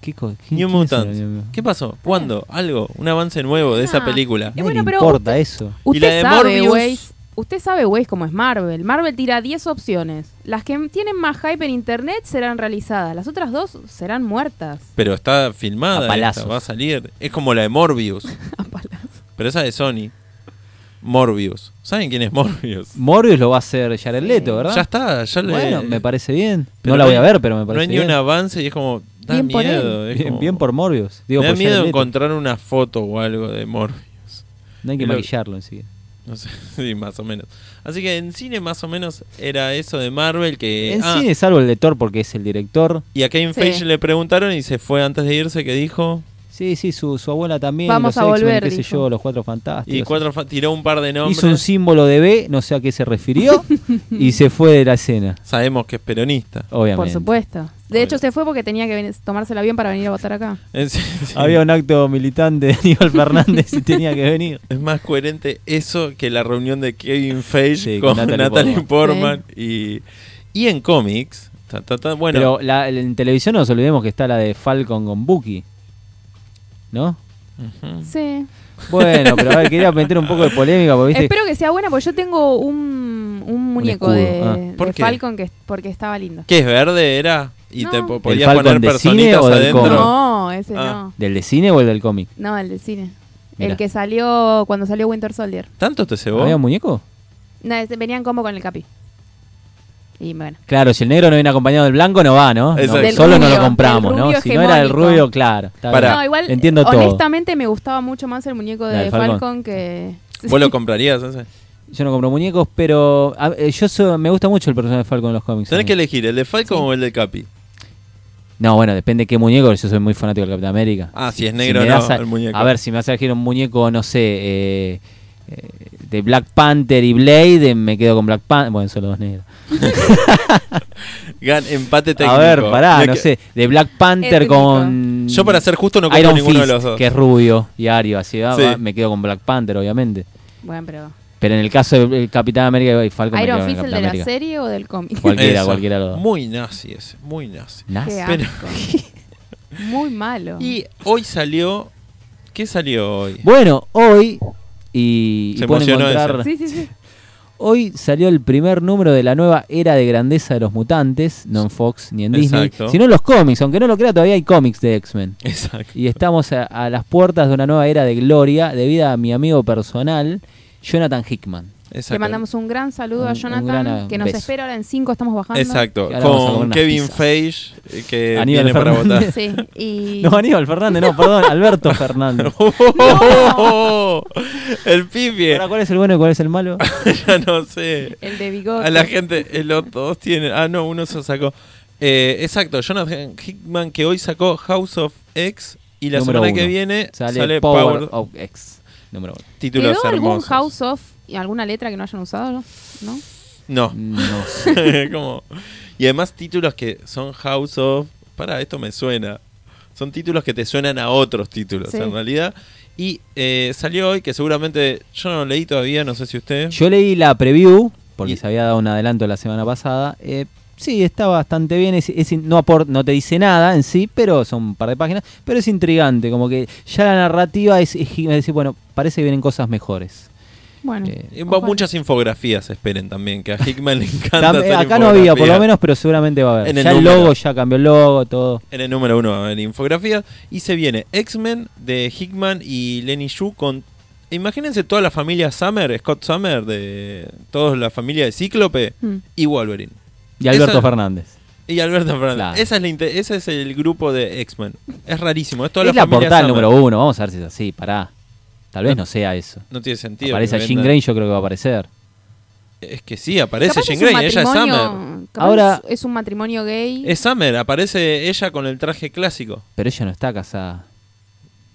C: ¿Qué co- qué-
B: New
C: quiénes son los
B: Mutants.
C: New-
B: ¿Qué pasó? ¿Cuándo? ¿Algo? ¿Un avance nuevo de esa
A: Ah.
B: película?
A: Eh,
C: No
A: bueno,
C: le
A: pero
C: importa eso.
B: Y la
A: Usted
B: de
A: sabe,
B: Morbius.
A: Waze. Usted sabe, Waze, cómo es Marvel. Marvel tira 10 opciones. Las que tienen más hype en internet serán realizadas. Las otras dos serán
B: [laughs]
A: muertas.
B: Pero está filmada,
C: A palazos.
B: esta, va a salir. Es como la de Morbius,
A: A palazos.
B: pero esa de Sony. Morbius. ¿Saben quién es Morbius?
C: Morbius lo va a hacer Jared Leto, ¿verdad?
B: Ya está, ya le-
C: Bueno, me parece bien.
B: Pero
C: no la voy a
B: hay-
C: ver, pero me parece
B: No hay ni
C: bien. [laughs]
B: un avance y es como. Da
A: Bien por
B: miedo. es
C: Bien,
B: como-
C: bien por Morbius. Digo,
B: me da
C: por Jared
B: miedo
C: Leto.
B: encontrar una foto o algo de Morbius.
C: No hay que
B: lo-
C: maquillarlo enseguida.
B: No sé, [laughs] sí, más o menos. Así que en cine más o menos era eso de Marvel que...
C: en
B: ah,
C: cine, salvo el de Thor, porque es el director.
B: Y a Kevin
A: Sí.
B: Feige le preguntaron y se fue antes de irse que dijo...
C: Sí, sí, su, su abuela también.
A: Vamos
C: los
A: a
C: X-Men,
A: volver,
C: qué sé
A: dijo.
C: yo, los cuatro fantásticos.
B: Y cuatro fa- tiró un par de nombres.
C: Hizo un símbolo de B, no sé a qué
B: [laughs]
C: se refirió, y se fue de la escena,
B: Sabemos que es peronista.
A: Por
C: obviamente.
A: supuesto. De
B: Obvio.
A: hecho, se fue porque tenía que venir- tomarse el avión para venir a votar acá.
B: Es,
C: [laughs]
B: sí.
C: Había un acto militante de [laughs] Aníbal Fernández y tenía que venir.
B: Es más coherente eso que la reunión de Kevin Feige
C: Sí,
B: con,
C: con
B: Natalie,
C: Natalie
B: Portman. Y, y en cómics, Ta, ta, ta. Bueno,
C: Pero la- en televisión no nos olvidemos que está la de Falcon con Bucky. ¿No?
B: ujú.
A: Sí.
C: Bueno, pero a ver, quería meter un poco de polémica, porque viste.
A: Espero que sea buena, porque yo tengo un, un muñeco
C: escudo,
A: de,
C: ah.
A: de
B: ¿Por qué?
A: Falcon que, porque estaba lindo.
B: ¿qué es verde era? Y te
A: No.
B: po-
A: ¿El
B: podías
C: Falcon
B: poner
C: de cine
B: personitas
C: o del
B: adentro.
C: cómic?
A: No, ese
B: Ah.
C: ¿Del de cine o el del cómic?
A: no. No, el de cine.
C: Mirá.
A: El que salió cuando salió Winter Soldier.
B: ¿Tanto te cebó?
C: ¿Había un muñeco?
A: No, ese- venía en combo con el Capi. Y bueno.
C: Claro, si el negro no viene acompañado del blanco, no va, ¿no? No,
B: Exacto. Del
C: solo no
A: rubio,
C: lo compramos,
A: del
C: ¿no?
A: rubio
C: Si no era el
A: hegemónico.
C: rubio, claro. está
B: Pará.
C: bien.
A: no, igual,
C: Entiendo todo.
A: honestamente me gustaba mucho más el muñeco
C: La
A: de
C: del Falcon.
A: Falcon. que... [laughs]
B: ¿Vos lo comprarías? ese?
C: Yo no compro muñecos, pero a- eh, yo so- me gusta mucho el personaje de Falcon en los cómics.
B: Tenés
C: a
B: que
C: mí.
B: elegir, ¿el de Falcon o el de Capi?
C: No, bueno, depende qué muñeco, yo soy muy fanático del Capitán América.
B: Ah, si es negro,
C: me
B: no,
C: das a-
B: el muñeco.
C: A ver, si me vas a elegir un muñeco, no sé, eh, eh, de Black Panther y Blade, eh, me quedo con Black Panther. Bueno, solo dos negros.
B: Gan, empate técnico.
C: A ver, pará,
B: Me
C: no
B: que-
C: sé, de Black Panther
A: Étnico.
C: con...
B: Yo para ser justo no compro
C: Iron
B: ninguno de
C: Fist,
B: los dos.
C: que es rubio y ario, así va,
B: Sí.
C: va, me quedo con Black Panther, obviamente.
A: Bueno, pero...
C: Pero en el caso de eh, Capitán América y Falcon, me quedo
A: ¿Iron
C: con
A: Fist el
C: Capitán
A: de la
C: América.
A: serie o del cómic?
C: ¿Cuál? Cualquiera,
B: Eso.
C: cualquiera de los dos.
B: Muy nazi ese, muy nazi.
C: Nah.
A: Qué
B: Pero-
A: asco. [laughs] Muy malo.
B: Y hoy salió... ¿Qué salió hoy?
C: Bueno, hoy... Y, y
B: Se
C: pueden
B: emocionó
C: encontrar-
A: Sí, sí, sí.
C: Hoy salió el primer número de la nueva era de grandeza de los mutantes, no en Fox ni en Disney,
B: Exacto.
C: sino en los cómics, aunque no lo crea todavía hay cómics de X-Men.
B: Exacto.
C: Y estamos a, a las puertas de una nueva era de gloria debido a mi amigo personal, Jonathan Hickman.
B: Exacto.
A: Le mandamos un gran saludo
C: Un-
A: a
C: un
A: Jonathan,
C: gran
A: que nos
C: beso.
A: espera ahora en 5, estamos bajando.
B: Exacto,
C: Y ahora vamos a comer
B: con
C: unas
B: Kevin
C: pizzas.
B: Feige, eh, que
C: Aníbal
B: viene para
C: Fernández.
B: votar.
A: [laughs] Sí, y...
C: [laughs] No, Aníbal Fernández, no, perdón,
B: [laughs]
C: Alberto Fernández. [laughs]
B: El pibe,
C: Ahora, ¿cuál es el bueno y cuál es el malo?
B: [laughs] ya no sé.
A: el de bigote.
B: A la gente, eh, los dos tienen. Ah, no, uno se sacó. Eh, exacto, Jonathan Hickman que hoy sacó House of X y la
C: Número
B: semana
C: uno.
B: que viene
C: Sale,
B: sale, Power.
C: Power, of X, número uno.
B: Títulos
A: ¿Quedó algún
B: hermosos.
A: House of y alguna letra que no hayan usado? ¿No?
B: No. [laughs]
C: No sé.
B: Como- Y además títulos que son House of... Para, esto me suena. Son títulos que te suenan a otros títulos,
A: Sí.
B: en realidad. Y eh, salió hoy, que seguramente yo no lo leí todavía, no sé si usted...
C: Yo leí la preview, porque
B: Y-
C: se había dado un adelanto la semana pasada. Eh, sí, está bastante bien. Es, es in- no, apor- no te dice nada en sí, pero son un par de páginas. Pero es intrigante, como que ya la narrativa es, es gi- es decir, bueno, parece que vienen
B: [laughs]
C: cosas mejores.
A: Bueno.
C: Eh,
B: Eh, va-
A: Ojalá.
B: Muchas infografías esperen también, que a Hickman
C: [laughs]
B: le encanta.
C: Tam- eh,
B: hacer
C: acá no había, por lo
B: infografías.
C: menos, pero seguramente va a haber.
B: En el
C: ya el
B: número.
C: logo, ya cambió el logo, todo.
B: En el número uno va a haber infografías. Y se viene X-Men de Hickman y Lenny Yu con... Imagínense toda la familia Summer, Scott Summer, de toda la familia de Cíclope
A: Mm.
B: y Wolverine.
C: Y Alberto
B: Eso-
C: Fernández.
B: Y Alberto Fernández.
C: Claro.
B: Esa es la inte- ese es el grupo de X-Men. Es rarísimo. Es toda
C: es
B: la,
C: la
B: familia
C: portal
B: Summer.
C: número uno, vamos a ver si es así, pará. Tal vez no sea eso.
B: No tiene sentido.
C: Aparece a
B: que
C: Jean
B: vendan-
C: Grey, yo creo que va a aparecer.
B: Es que sí, aparece
A: Capaz
B: Jean
A: es un
B: Grey. Ella es Summer.
A: matrimonio- capaz
C: Ahora-
A: es un matrimonio gay.
B: Es Summer. Aparece ella con el traje clásico.
C: Pero ella no está casada.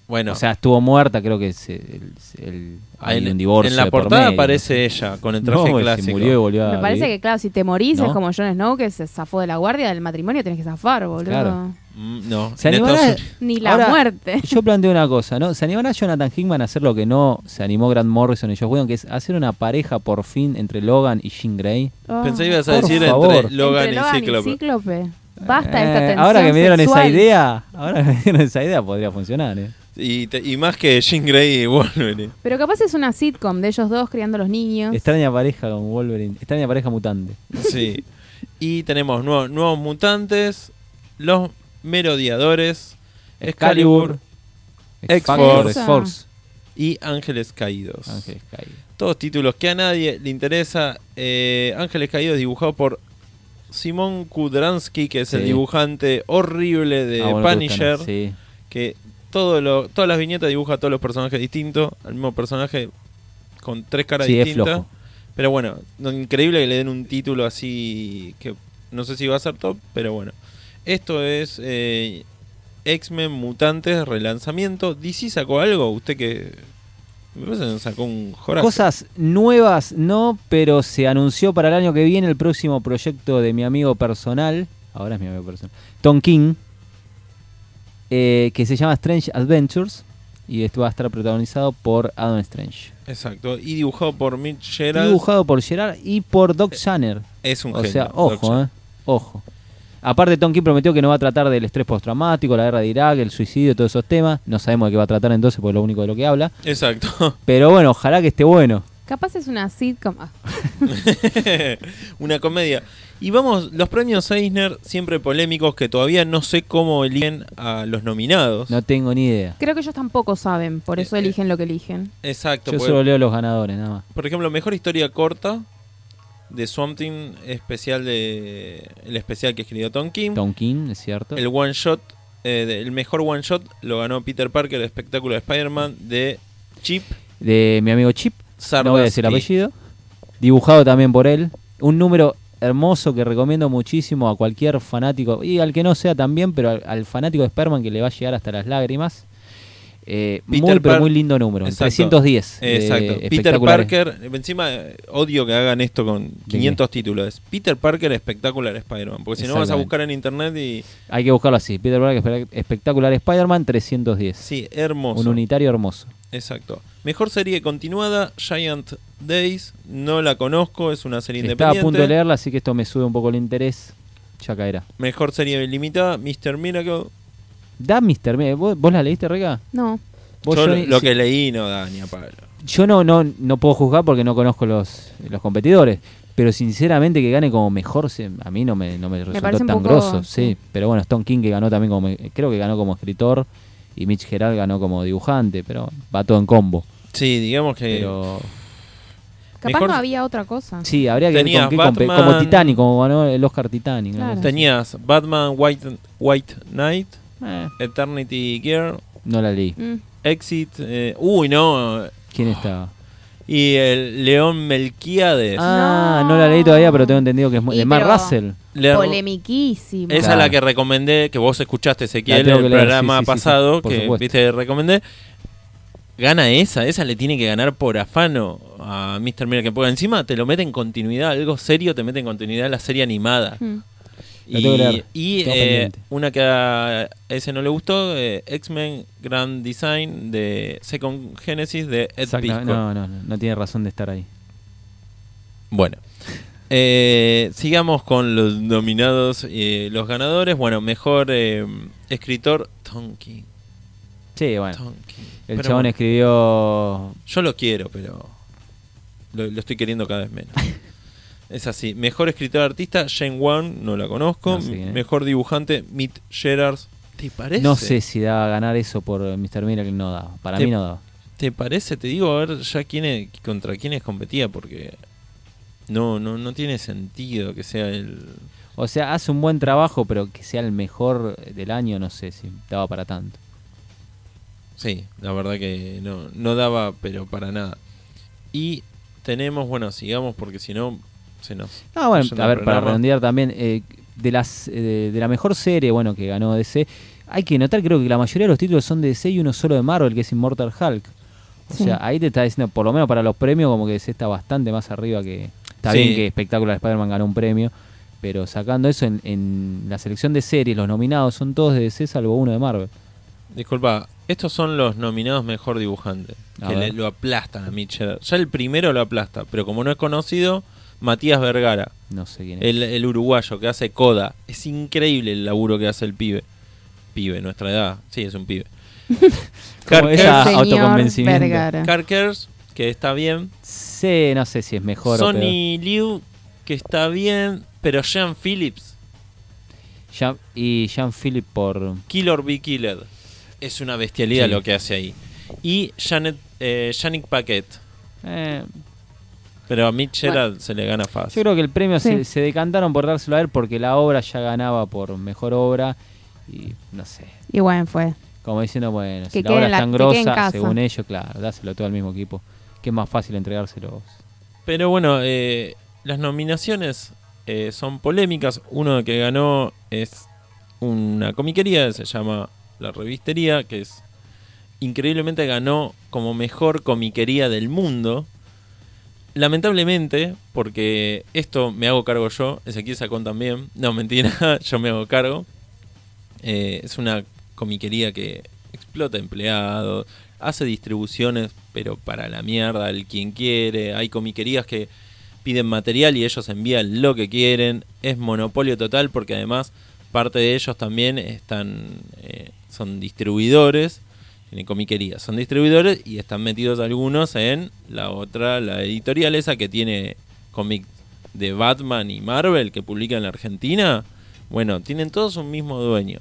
B: Bueno,
C: O sea, estuvo muerta, creo que se- el, el- hay
B: en,
C: un divorcio.
B: en la
C: de por
B: portada
C: medio,
B: aparece ella con el
C: no sé. No,
B: traje
C: se
B: clásico.
C: murió y volvió a
A: Me parece
C: vivir.
A: que, claro, si te morís
C: ¿No?
A: es como Jon Snow que se zafó de la guardia del matrimonio, tenés que zafar, boludo.
C: Claro.
B: Mm, No,
C: ¿Se
B: en
C: animará?
B: Estados Unidos-
A: Ni la
C: Ahora,
A: muerte.
C: Yo planteo una cosa, ¿no? ¿Se animará Jonathan Hickman a hacer lo que no se animó Grant Morrison y Josh Whedon, que es hacer una pareja por fin entre Logan y Jean Grey?
A: Ah.
B: Pensé que ibas a
C: Oh, Por
B: decir
C: favor.
B: entre Logan
A: Entre
B: y Cíclope.
A: Cíclope. Basta de esta
C: Eh,
A: tensión
C: ahora que me dieron
A: sexual.
C: esa idea, ahora que me dieron esa idea podría funcionar, ¿eh?
B: Y, te- y más que Jean Grey y [laughs] Wolverine.
A: Pero capaz es una sitcom de ellos dos criando los niños.
C: Extraña pareja con Wolverine, extraña pareja mutante.
B: Sí. Y tenemos nuevo- nuevos mutantes, los merodeadores, Excalibur
C: X-Factor,
A: X-Force.
C: X-Force. Ah,
B: y Ángeles Caídos.
C: Ángeles Caídos.
B: Todos títulos que a nadie le interesa. Eh, Ángeles Caídos dibujado por Simón Kudransky, que es el
C: Sí.
B: dibujante horrible de
C: Ah, bueno, te gustan,
B: Punisher,
C: Sí.
B: que todo lo, todas las viñetas dibuja a todos los personajes distintos, al mismo personaje con tres caras
C: Sí, es
B: distintas.
C: flojo.
B: Pero bueno, no- increíble que le den un título así que no sé si va a ser top, pero bueno. Esto es eh, X-Men Mutantes relanzamiento. DC sacó algo, usted que me parece que sacó un Horace.
C: Cosas nuevas no, pero se anunció para el año que viene el próximo proyecto de mi amigo personal, ahora es mi amigo personal, Tom King, eh, que se llama Strange Adventures y esto va a estar protagonizado por Adam Strange.
B: Exacto, y dibujado por Mitch Gerald.
C: Dibujado por Gerard y por Doc Shanner.
B: Es Eh, un
C: O
B: genio,
C: sea,
B: Doc
C: ojo,
B: Shanner.
C: eh, ojo. Aparte, Tom King prometió que no va a tratar del estrés postraumático, la guerra de Irak, el suicidio, todos esos temas. No sabemos de qué va a tratar entonces, porque es lo único de lo que habla.
B: Exacto.
C: Pero bueno, ojalá que esté bueno.
A: Capaz es una sitcom. Ah,
B: [laughs] Una comedia. Y vamos, los premios Eisner, siempre polémicos, que todavía no sé cómo eligen a los nominados.
C: No tengo ni idea.
A: Creo que ellos tampoco saben, por eso
B: Eh, eh.
A: eligen lo que eligen.
B: Exacto.
C: Yo
B: porque-
C: solo leo los ganadores, nada más.
B: Por ejemplo, mejor historia corta de Something especial de el especial que escribió Tom King.
C: Tom King, es cierto.
B: El one shot, eh, de- el mejor one shot lo ganó Peter Parker, el espectáculo de Spider-Man de Chip
C: De mi amigo Chip.
B: Sardasty.
C: No voy a decir el apellido. Dibujado también por él. Un número hermoso que recomiendo muchísimo a cualquier fanático, y al que no sea también, pero al, al fanático de Spider-Man que le va a llegar hasta las lágrimas. Eh,
B: Peter
C: muy, pero
B: Par-
C: muy lindo número.
B: Exacto.
C: 310. de
B: Exacto. Peter
C: espectaculares.
B: Parker, encima eh, odio que hagan esto con 500 títulos. Peter Parker espectacular Spider-Man, porque si no vas a
C: Exactamente.
B: buscar en internet y
C: Hay que buscarlo así. Peter Parker, espe- espectacular Spider-Man 310.
B: sí, hermoso.
C: Un unitario hermoso.
B: Exacto. Mejor serie continuada, Giant Days, no la conozco, es una serie
C: Estaba a
B: independiente.
C: punto de leerla, así que esto me sube un poco el interés. Ya caerá.
B: Mejor serie limitada, Mr. Miracle.
C: Da Mr. Miracle. ¿Vos, vos la leíste, Reca?
A: No.
C: Vos,
B: Yo
C: Johnny,
B: lo
C: si-
B: que leí no da ni a palo.
C: Yo no, no, no puedo juzgar porque no conozco los, los competidores. Pero sinceramente que gane como mejor, se- a mí no me, no me resultó
A: parece
C: tan
A: un poco-
C: grosso. Sí, pero bueno, Stone King que ganó también como, creo que ganó como escritor y Mitch Gerald ganó como dibujante, pero va todo en combo.
B: Sí, digamos que
C: Pero
A: Capaz
B: Mejor-
A: no había otra cosa.
C: sí, habría que ver
B: Tenías
C: con qué compe-
B: Batman-
C: como Titanic, como ganó el Oscar Titanic. una
A: Claro.
C: cosa así.
B: tenías Batman, White, White Knight,
C: Eh,
B: Eternity Girl,
C: no la leí.
A: Mm.
B: Exit, eh, uy no,
C: ¿Quién estaba?
B: y el León Melquiades.
C: Ah,
A: No.
C: no la leí todavía, pero tengo entendido que es muy-
A: Y
C: de Mark
A: pero-
C: Russell.
B: Le-
A: Polemiquísimo.
B: Esa es
C: Claro.
B: la que recomendé, que vos escuchaste,
C: La
B: Ezequiel, en
C: tengo
B: el
C: que leer,
B: programa
C: sí, sí, sí,
B: pasado,
C: sí, por
B: que
C: supuesto.
B: viste, recomendé. Gana esa, esa le tiene que ganar por afano a Mr. Miracle. Porque encima te lo mete en continuidad, algo serio te mete en continuidad la serie animada.
A: Mm.
C: La tengo que
B: Y,
C: leer,
B: y,
C: quedó
B: eh,
C: pendiente.
B: una que a ese no le gustó, eh, X-Men Grand Design de Second Genesis de Ed
C: Exacto,
B: Pisco.
C: no, no, no, no tiene razón de estar ahí.
B: Bueno, eh, sigamos con los nominados, eh, los ganadores. Bueno, mejor eh, escritor, Tonkin.
C: Sí, bueno.
B: Tonkin.
C: El
B: Pero
C: chabón
B: bueno,
C: escribió
B: Yo lo quiero, pero lo, lo estoy queriendo cada vez
C: [laughs]
B: menos. es así. Mejor escritor artista, Shane Wan, no la conozco.
C: No sé quién es.
B: Mejor dibujante, Mitch Gerards. ¿Te parece?
C: ¿eh? No sé si daba a ganar eso por Mr. Miracle, no daba. Para
B: Te-
C: mí no daba.
B: ¿Te parece? Te digo a ver ya quién es- contra quiénes competía, porque no, no, no tiene sentido que sea el.
C: O sea, hace un buen trabajo, pero que sea el mejor del año, no sé si daba para tanto.
B: Sí, la verdad que no, no daba, pero para nada. Y tenemos, bueno, sigamos porque si no se nos.
C: Ah, bueno,
B: Yendo
C: a
B: al
C: ver, para
B: programa.
C: redondear también, eh, de, las, eh, de, de la mejor serie, bueno, que ganó DC, hay que notar, creo que la mayoría de los títulos son de DC y uno solo de Marvel, que es Immortal Hulk. O
A: Sí.
C: sea, ahí te está diciendo, por lo menos para los premios, como que DC está bastante más arriba que... Está
B: Sí.
C: bien que Espectacular Spider-Man ganó un premio, pero sacando eso, en, en la selección de series, los nominados son todos de DC, salvo uno de Marvel.
B: Disculpa, estos son los nominados mejor dibujante.
C: A
B: que le-
C: ver.
B: lo aplastan a Mitchell. Ya el primero lo aplasta, pero como no es conocido, Matías Vergara,
C: No sé quién es.
B: el, el uruguayo que hace coda. Es increíble el laburo que hace el pibe. Pibe, nuestra edad. Sí, es un pibe.
C: [laughs] Como
B: Carker-
C: esa
A: Señor
C: autoconvencimiento.
A: Vergara.
B: Carkers, que está bien.
C: Sí, no sé si es mejor o peor.
B: Sonny Liu, que está bien. Pero Sean Phillips,
C: Jean- y Jean-Philippe por...
B: Killer Be Killer. Es una bestialidad
C: Sí.
B: lo que hace ahí. Y Janet, eh, Yannick Paquet.
C: eh,
B: Pero a Mitch Gerald se le gana fácil.
C: Yo creo que el premio
A: Sí.
C: se, se decantaron por dárselo a él porque la obra ya ganaba por mejor obra y no sé.
A: Y bueno, fue.
C: Como diciendo, bueno,
A: Que
C: si la obra
A: quede
C: es
A: la-
C: tan
A: que quede en
C: grosa,
A: casa.
C: según ellos, claro, dáselo todo al mismo equipo. Que es más fácil entregárselo.
B: Pero bueno, eh, las nominaciones eh, son polémicas. Uno que ganó es una comiquería, se llama La Revistería, que es increíblemente ganó como mejor comiquería del mundo. Lamentablemente, porque esto me hago cargo yo, Ezequiel Sacón también, no mentira, [laughs] yo me hago cargo. Eh, es una comiquería que explota empleados, hace distribuciones, pero para la mierda, el quien quiere. Hay comiquerías que piden material y ellos envían lo que quieren. Es monopolio total porque además parte de ellos también están eh, son distribuidores en comiquería son distribuidores y están metidos algunos en la otra la editorial esa que tiene cómic de Batman y Marvel que publica en la Argentina bueno tienen todos un mismo dueño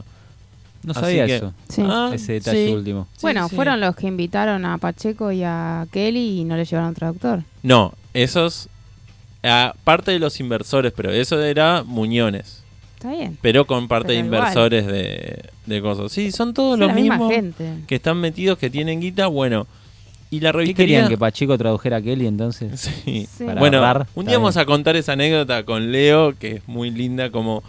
C: No
B: Así
C: sabía
B: que-
C: eso.
A: Sí.
B: Ah,
C: Ese detalle
B: sí.
C: último.
B: Sí,
A: bueno,
B: sí.
A: fueron los que invitaron a Pacheco y a Kelly y no le llevaron traductor.
B: no esos aparte de los inversores pero eso era Muñones
A: Está bien.
B: pero con parte
A: Pero
B: de
A: igual.
B: inversores de, de cosas sí son todos
A: Es
B: los
A: la
B: mismos
A: misma gente.
B: que están metidos que tienen guita bueno y la
C: ¿Qué
B: revistería
C: querían que Pacheco tradujera a Kelly [laughs] entonces?
B: Sí.
A: Sí.
C: Para
B: Bueno,
C: ahorrar,
B: un
C: está
B: día vamos
C: bien.
B: a contar esa anécdota con Leo, que es muy linda, como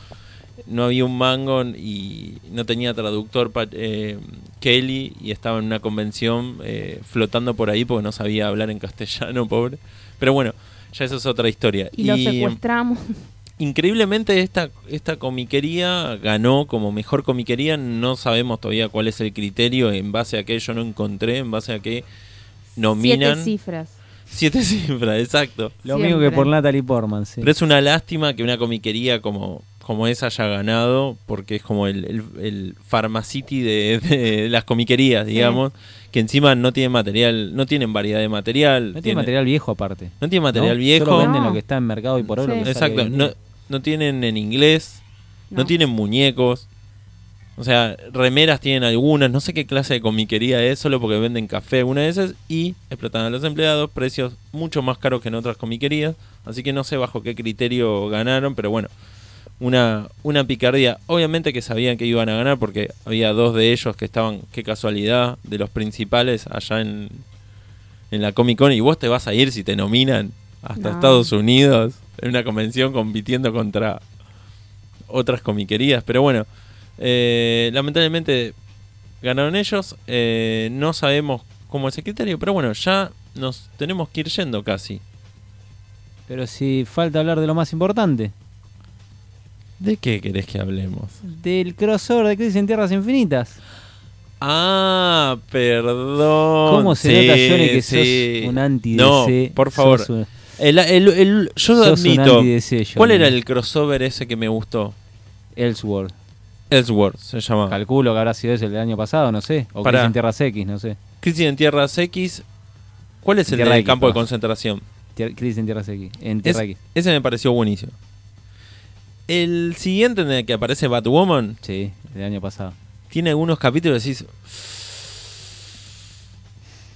B: no había un mango y no tenía traductor pa- eh, Kelly y estaba en una convención eh, flotando por ahí porque no sabía hablar en castellano, pobre. Pero bueno, ya eso es otra historia.
A: Y, lo
C: em,
A: secuestramos.
B: Increíblemente esta, esta comiquería ganó como mejor comiquería, no sabemos todavía cuál es el criterio, en base a qué yo no encontré, en base a qué nominan.
A: Siete cifras.
B: Siete [laughs] cifras, exacto.
C: Lo
A: Siempre.
C: mismo que por Natalie Portman, sí.
B: Pero es una lástima que una comiquería como, como esa haya ganado, porque es como el, el, el Pharmacity de, de las comiquerías, digamos, que encima no tiene material, no tienen variedad de material.
C: no tiene
B: tiene-
C: material viejo aparte.
B: No tiene material
C: ¿no?
B: viejo.
C: Solo venden
A: No.
C: lo que está en mercado y por ahora
A: Sí.
C: lo que sale
B: Exacto,
C: hoy en
B: no,
C: día.
B: no tienen en inglés, no.
A: No.
B: tienen muñecos. O sea, remeras tienen algunas, no sé qué clase de comiquería es, solo porque venden café algunas veces y explotan a los empleados, precios mucho más caros que en otras comiquerías, así que no sé bajo qué criterio ganaron, pero bueno, una, una picardía. Obviamente que sabían que iban a ganar porque había dos de ellos que estaban, qué casualidad, de los principales allá en, en la Comic Con y vos te vas a ir si te nominan hasta
A: No.
B: Estados Unidos en una convención compitiendo contra otras comiquerías. Pero bueno, eh, lamentablemente ganaron ellos. eh, no sabemos cómo es el criterio, pero bueno, ya nos tenemos que ir yendo casi.
C: Pero si falta hablar de lo más importante.
B: ¿De qué querés que hablemos?
C: Del crossover de Crisis en Tierras Infinitas.
B: Ah, perdón.
C: ¿Cómo se
B: Sí,
C: nota, Johnny, que
B: sí.
C: sos un anti
B: No,
C: DC?
B: por favor.
C: Sos un-
B: El- el- el- yo
C: sos un
B: admito.
C: anti-DC,
B: ¿Cuál
C: Johnny.
B: era el crossover ese que me gustó?
C: Elseworld.
B: Ellsworth se llamaba.
C: Calculo que habrá sido ese el del año pasado, no sé. O
B: Pará.
C: Crisis en Tierras X, no sé.
B: Crisis en Tierras X. ¿Cuál es el
C: Tierra
B: del
C: X,
B: campo de
C: perdón.
B: concentración?
C: Tier- Crisis en Tierras X. En
B: Es-
C: Tierra X.
B: ese me pareció buenísimo. El siguiente en el que aparece Batwoman
C: Sí, del año pasado.
B: tiene algunos capítulos y decís.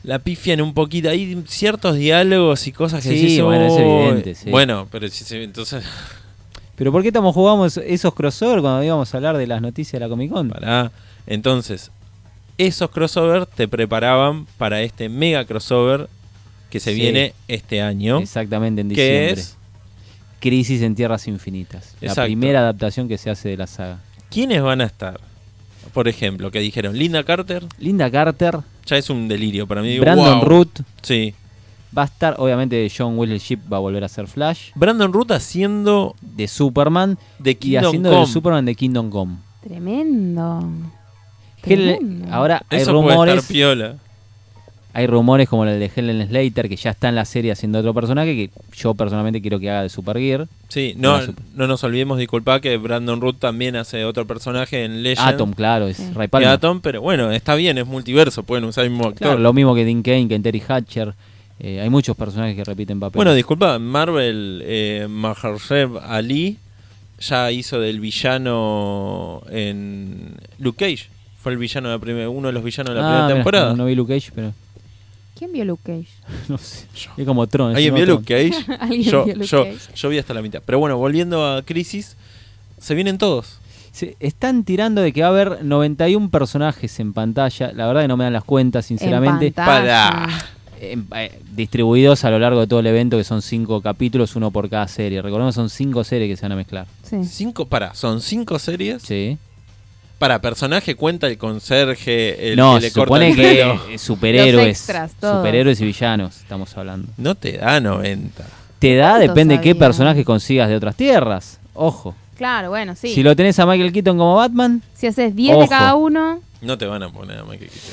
B: La pifian un poquito. Hay ciertos diálogos y cosas que
C: Sí,
B: decís,
C: bueno, es
B: "Uy".
C: evidente, sí.
B: Bueno, pero si se- entonces. [laughs]
C: Pero ¿por qué estamos jugando esos crossover cuando íbamos a hablar de las noticias de la Comic Con?
B: Pará. Entonces, esos crossovers te preparaban para este mega crossover que se
C: Sí.
B: viene este año.
C: Exactamente, en
B: que
C: diciembre.
B: es.
C: Crisis en Tierras Infinitas. La
B: Exacto.
C: primera adaptación que se hace de la saga.
B: ¿Quiénes van a estar? Por ejemplo, que dijeron Linda Carter,
C: Linda Carter,
B: ya es un delirio para mí. digo,
C: Brandon
B: wow.
C: Root,
B: Sí.
C: va a estar, obviamente, John Wesley Shipp va a volver a ser Flash,
B: Brandon Root haciendo
C: de Superman,
B: de
C: y
B: Kingdom
C: haciendo
B: Come.
C: el Superman de Kingdom Come.
A: Tremendo.
C: Hel-
A: Tremendo.
C: ahora hay
B: Eso puede
C: rumores,
B: estar piola.
C: hay rumores como el de Helen Slater, que ya está en la serie haciendo otro personaje, que yo personalmente quiero que haga de Supergear.
B: Sí, no,
C: Una super-
B: no nos olvidemos, disculpa, que Brandon Root también hace otro personaje en Legends.
C: Atom, claro, es
A: Sí.
C: Ray
B: que
C: Palmer.
B: Atom, pero bueno, está bien, es multiverso, pueden usar el mismo actor.
C: Claro, lo mismo que Dean Kane, que Terry Hatcher. Eh, hay muchos personajes que repiten papel.
B: Bueno, disculpa, Marvel, eh, Mahershala Ali ya hizo del villano en Luke Cage. Fue el villano de la primer- uno de los villanos de la
C: Ah,
B: primera
C: mirá,
B: temporada.
C: No, no vi Luke Cage, pero [laughs]
A: ¿Quién vio Luke Cage?
C: no sé. Es como Tron. es
B: ¿Alguien
C: un
B: vio
C: Tron.
B: Luke
C: [laughs]
B: Cage?
A: Alguien
B: yo,
A: vio Luke
B: yo,
A: Cage.
B: yo vi hasta la mitad. Pero bueno, volviendo a Crisis, se vienen todos.
C: Se están tirando de que va a haber 91 personajes en pantalla. La verdad que no me dan las cuentas, sinceramente.
A: En pantalla.
B: Para.
C: En- eh, distribuidos a lo largo de todo el evento, que son 5 capítulos, uno por cada serie. Recordemos, son 5 series que se van a mezclar.
A: Sí.
B: Cinco, para, son cinco series.
C: Sí.
B: Para, personaje cuenta el conserje, el
C: no,
B: que
C: se
B: le corta
C: supone
B: el
C: que [laughs]
B: pelo.
C: eh, superhéroes.
A: Los extras, todos.
C: superhéroes y villanos, estamos hablando.
B: No te da 90.
C: Te da,
A: ¿Cuánto
C: depende qué
A: sabía?
C: personajes consigas de otras tierras. Ojo.
A: Claro, bueno, sí.
C: Si lo tenés a Michael Keaton como Batman,
A: Si haces 10 de
C: Ojo.
A: cada uno,
B: No te van a poner a Michael Keaton.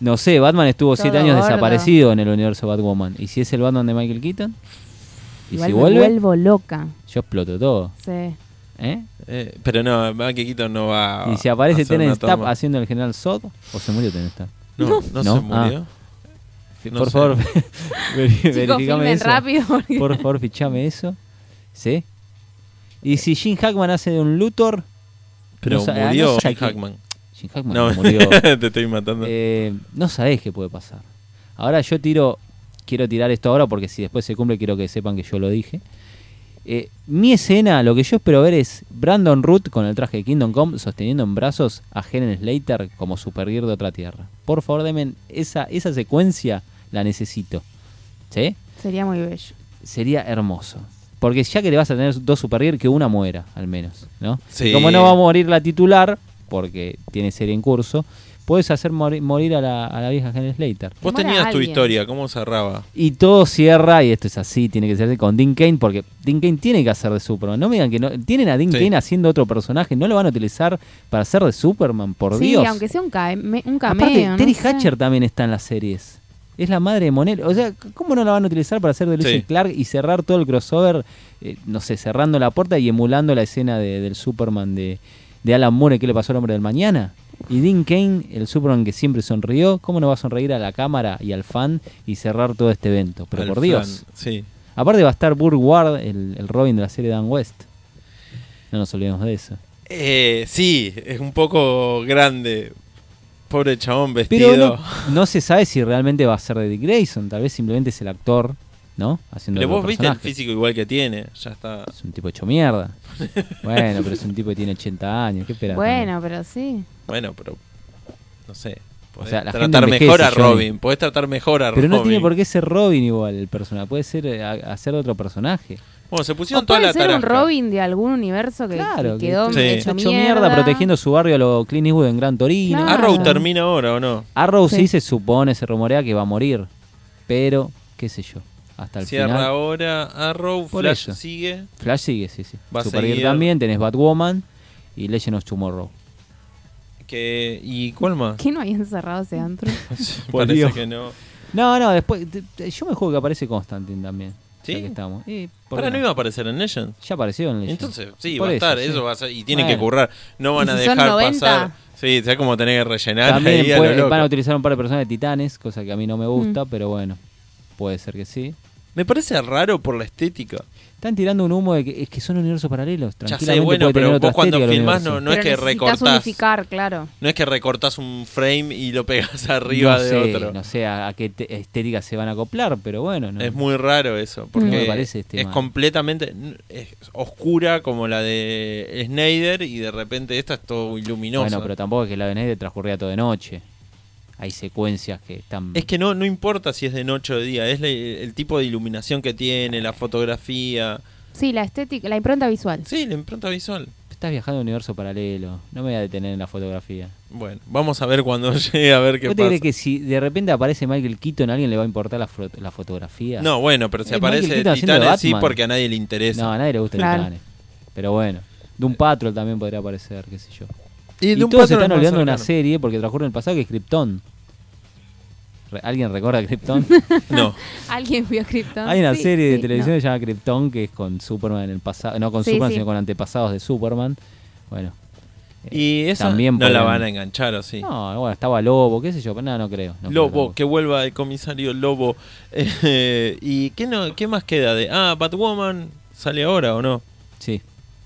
C: no sé, Batman estuvo
A: Todo
C: 7 años
A: gordo.
C: desaparecido en el universo Batwoman. ¿Y si es el Batman de Michael Keaton? ¿Y
A: igual
C: si
A: me
C: vuelve?
A: vuelvo loca.
C: Yo exploto todo.
A: Sí.
C: ¿Eh?
B: Eh, pero no, Maki Quito no va a.
C: Y si aparece
B: Ah, hacer una
C: Tenen Stab
B: toma.
C: haciendo el general Sod, o se murió Tenen Stab.
B: No,
C: No.
B: no,
C: No,
B: se
C: Ah.
B: murió. No
C: Por
B: sé. [laughs]
C: favor, [laughs] veri-
A: Chicos,
C: verificame
A: filmen
C: eso.
A: rápido. porque-
C: Por favor, fichame eso. ¿Sí? Y si Jim Hackman hace de un Luthor,
B: Pero
C: No sabe- ah, no
B: murió
C: sabe quién-
B: Hackman.
C: Jim Hackman
B: no,
C: murió.
B: [laughs] te estoy matando.
C: Eh, no sabés qué puede pasar. Ahora yo tiro, quiero tirar esto ahora porque si después se cumple quiero que sepan que yo lo dije. Eh, mi escena, lo que yo espero ver es Brandon Root con el traje de Kingdom Come sosteniendo en brazos a Helen Slater como superguir de otra tierra. Por favor, denme esa, esa secuencia, la necesito. ¿Sí?
A: Sería muy bello.
C: Sería hermoso. Porque ya que le vas a tener dos superguir, que una muera, al menos, ¿no?
B: Sí.
C: Como no va a morir la titular, porque tiene serie en curso, puedes hacer mori- morir a la, a la vieja Helen Slater.
B: Vos
A: muera
B: tenías tu
A: alguien.
B: historia, ¿cómo cerraba?
C: Y todo cierra, y esto es así, tiene que ser con Dean Kane, porque Dean Kane tiene que hacer de Superman. No me digan que no. Tienen a Dean
B: Sí.
C: Kane haciendo otro personaje, no lo van a utilizar para hacer de Superman, por
A: sí,
C: Dios.
A: aunque sea un, cae- un cameo.
C: Aparte,
A: no
C: Terry
A: sé.
C: Hatcher también está en las series. Es la madre de Monel. O sea, c- ¿cómo no la van a utilizar para hacer de Lucy
B: Sí.
C: Clark y cerrar todo el crossover? eh, no sé, cerrando la puerta y emulando la escena de- del Superman de, de Alan Moore, ¿qué le pasó al hombre del mañana? Y Dean Kane, el Superman que siempre sonrió, ¿cómo no va a sonreír a la cámara y al fan y cerrar todo este evento? Pero
B: Al
C: por
B: Fran,
C: Dios.
B: Sí.
C: Aparte va a estar Burke Ward, el, el Robin de la serie Dan West. No nos olvidemos de eso.
B: Eh, sí, es un poco grande. Pobre chabón vestido.
C: Pero no, no se sabe si realmente va a ser de Dick Grayson, tal vez simplemente es el actor, ¿no? Haciendo
B: Pero
C: otro
B: vos viste el
C: personaje.
B: físico igual que tiene. Ya está.
C: Es un tipo hecho mierda. bueno, pero es un tipo que tiene 80 años, ¿qué esperas?
A: Bueno, pero sí.
B: Bueno, pero. No sé. Podés
C: sea, la gente
B: tratar
C: envejece,
B: mejor a
C: Johnny.
B: Robin. Podés tratar mejor a
C: Pero
B: Robin.
C: no tiene por qué ser Robin igual el personaje, puede ser eh, a- hacer otro personaje.
B: Bueno, se pusieron
A: O
B: toda
A: puede
B: la
A: ser un
B: tarasca.
A: Robin de algún universo que,
C: Claro,
A: que quedó
B: Sí.
A: hecho, mierda,
C: protegiendo su barrio a los Clint Eastwood en Gran Torino.
A: Claro.
B: Ah, Arrow termina ahora, ¿o no?
C: Arrow sí.
A: Sí.
C: se supone, se rumorea que va a morir, pero qué sé yo, hasta el
B: Cierra
C: final.
B: ahora Arrow.
C: Por
B: Flash
C: eso.
B: sigue.
C: Flash sigue, sí, sí.
B: Va a
C: Supergirl
B: seguir.
C: también, tenés Batwoman y Legend of Tomorrow.
B: Que, ¿Y cuál más?
A: ¿Qué no había encerrado ese antro?
B: [laughs]
C: Por
B: Parece
C: Dios.
B: que no.
C: No, no, después. te- te- yo me juego que aparece Constantine también.
B: ¿Sí?
C: Ya que estamos. Y, ¿por
B: Ahora
C: qué
B: no
C: no?
B: iba a aparecer en Legends.
C: Ya apareció en Legend.
B: Entonces, sí,
C: Por
B: va a estar,
C: sí.
B: eso va a ser, y tienen
C: Bueno.
B: que currar, no van a
A: Y si son
B: dejar
A: 90.
B: pasar. Sí, sabes cómo tener que rellenar
C: También
B: ahí a
C: puede-
B: lo loco. Mm.
C: van a utilizar un par de personas de titanes, cosa que a mí no me gusta, pero bueno, puede ser que sí.
B: Me parece raro por la estética.
C: Están tirando un humo de que, es que son universos paralelos.
B: Ya
C: Tranquilamente
B: sé, bueno,
C: puede tener
B: pero
C: otra
B: vos cuando
C: estética el
B: filmás no,
C: universo.
B: no es
A: Pero
B: que
A: necesitas
B: recortás,
A: unificar, claro.
B: no es que recortás un frame y lo pegás [laughs] arriba
C: No
B: de
C: sé,
B: otro.
C: No sé a, a qué te- estética se van a acoplar, pero bueno. No.
B: Es muy raro eso, porque
C: No me parece este
B: es
C: mal.
B: completamente es oscura como la de Snyder y de repente esta es todo iluminosa.
C: bueno, pero tampoco es que la de Snyder transcurría todo de noche. Hay secuencias que están.
B: Es que no, no importa si es de noche o de día, es la- el tipo de iluminación que tiene, la fotografía.
A: Sí, la estética, la impronta visual.
B: Sí, la impronta visual.
C: Estás viajando a un universo paralelo. No me voy a detener en la fotografía.
B: Bueno, vamos a ver cuando [laughs] llegue a ver qué
C: ¿Vos te
B: pasa.
C: crees que si de repente aparece Michael Keaton, a alguien le va a importar la, fro- la fotografía?
B: No, bueno, pero
C: Eh,
B: si aparece
C: Michael Keaton
B: de
C: haciendo de
B: Titanes sí
C: Batman.
B: porque a nadie le
C: No,
B: interesa.
C: a nadie le gusta
A: Claro.
C: el Titanes. Pero bueno, de un Patrol también podría aparecer, qué sé yo.
B: Y,
C: Y,
B: de un
C: todos se
B: patrón
C: están
B: más
C: olvidando de una
B: cercano.
C: serie porque transcurre en el pasado que es Krypton. Re- ¿Alguien recuerda
A: [laughs]
C: Krypton? [laughs]
B: No,
A: Alguien vio Krypton.
C: Hay una
A: Sí,
C: serie de
A: sí,
C: televisión
A: no.
C: que se llama Krypton, que es con Superman en el pasado. No con
A: Sí,
C: Superman,
A: sí.
C: sino con antepasados de Superman. Bueno. eh,
B: y esa
C: También
B: no la
C: podrían-
B: van a enganchar o sí.
C: No, bueno, estaba Lobo, qué sé yo, pero nada, no creo. no creo
B: Lobo,
C: tampoco.
B: que vuelva el comisario Lobo. Eh, ¿Y qué, no, qué más queda de.? Ah, Batwoman sale ahora o no.
C: Sí.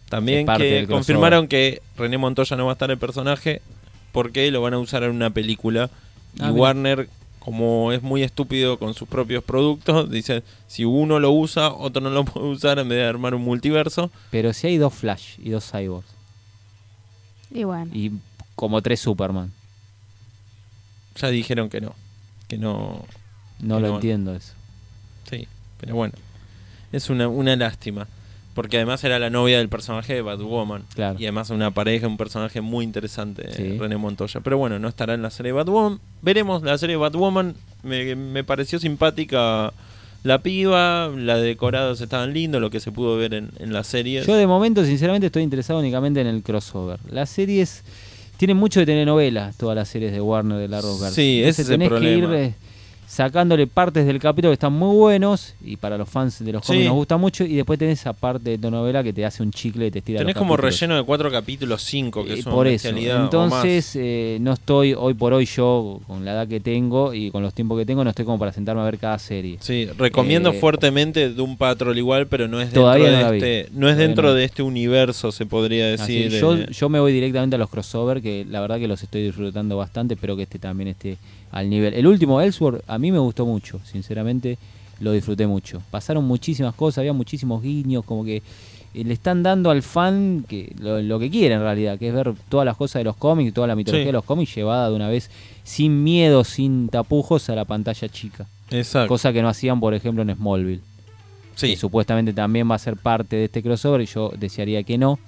C: Es
B: También
C: parte
B: que
C: del crossover.
B: confirmaron que René Montoya no va a estar el personaje porque lo van a usar en una película.
C: Ah,
B: y
C: mira.
B: Warner, como es muy estúpido con sus propios productos, dice: si uno lo usa, otro no lo puede usar en vez de armar un multiverso.
C: Pero sí hay dos Flash y dos Cyborgs.
A: Y bueno.
C: Y como tres Superman.
B: Ya dijeron que no. Que no.
C: No
B: Y
C: lo
B: no-
C: entiendo eso.
B: Sí, pero bueno. Es una, una lástima. Porque además era la novia del personaje de Batwoman.
C: Claro.
B: Y además una pareja, un personaje muy interesante,
C: Sí.
B: René Montoya. Pero bueno, no estará en la serie Batwoman. Veremos la serie Batwoman. Me, me pareció simpática la piba. La de decorados estaban lindos, lo que se pudo ver en, en la serie.
C: Yo de momento, sinceramente, estoy interesado únicamente en el crossover. Las series tienen mucho de telenovelas, todas las series de Warner de largo
B: Sí, ese es el
C: tenés que ir
B: problema.
C: eh, sacándole partes del capítulo que están muy buenos y para los fans de los cómics
B: Sí.
C: nos gusta mucho y después tenés esa parte de tu novela que te hace un chicle y te estira
B: Tenés
C: los
B: como
C: capítulos.
B: relleno de cuatro capítulos, cinco, que
C: Eh,
B: es una
C: por eso.
B: bestialidad, o
C: Entonces, eh, no estoy hoy por hoy yo, con la edad que tengo y con los tiempos que tengo, no estoy como para sentarme a ver cada serie.
B: más. Sí, recomiendo
C: eh,
B: fuertemente Doom Patrol igual, pero no es dentro,
C: Todavía no la
B: de,
C: vi.
B: este, no es
C: Todavía
B: dentro
C: no.
B: de este universo, se podría
C: Así
B: decir.
C: que yo,
B: eh,
C: yo me voy directamente a los crossover, que la verdad que los estoy disfrutando bastante, espero que este también esté al nivel. El último, Ellsworth, a mí me gustó mucho, sinceramente lo disfruté mucho. Pasaron muchísimas cosas, había muchísimos guiños, como que eh, le están dando al fan que lo, lo que quiere en realidad, que es ver todas las cosas de los cómics, toda la mitología
B: Sí.
C: de los cómics llevada de una vez sin miedo, sin tapujos a la pantalla chica.
B: exacto.
C: Cosa que no hacían, por ejemplo, en Smallville
B: Sí,
C: que supuestamente también va a ser parte de este crossover y yo desearía que no,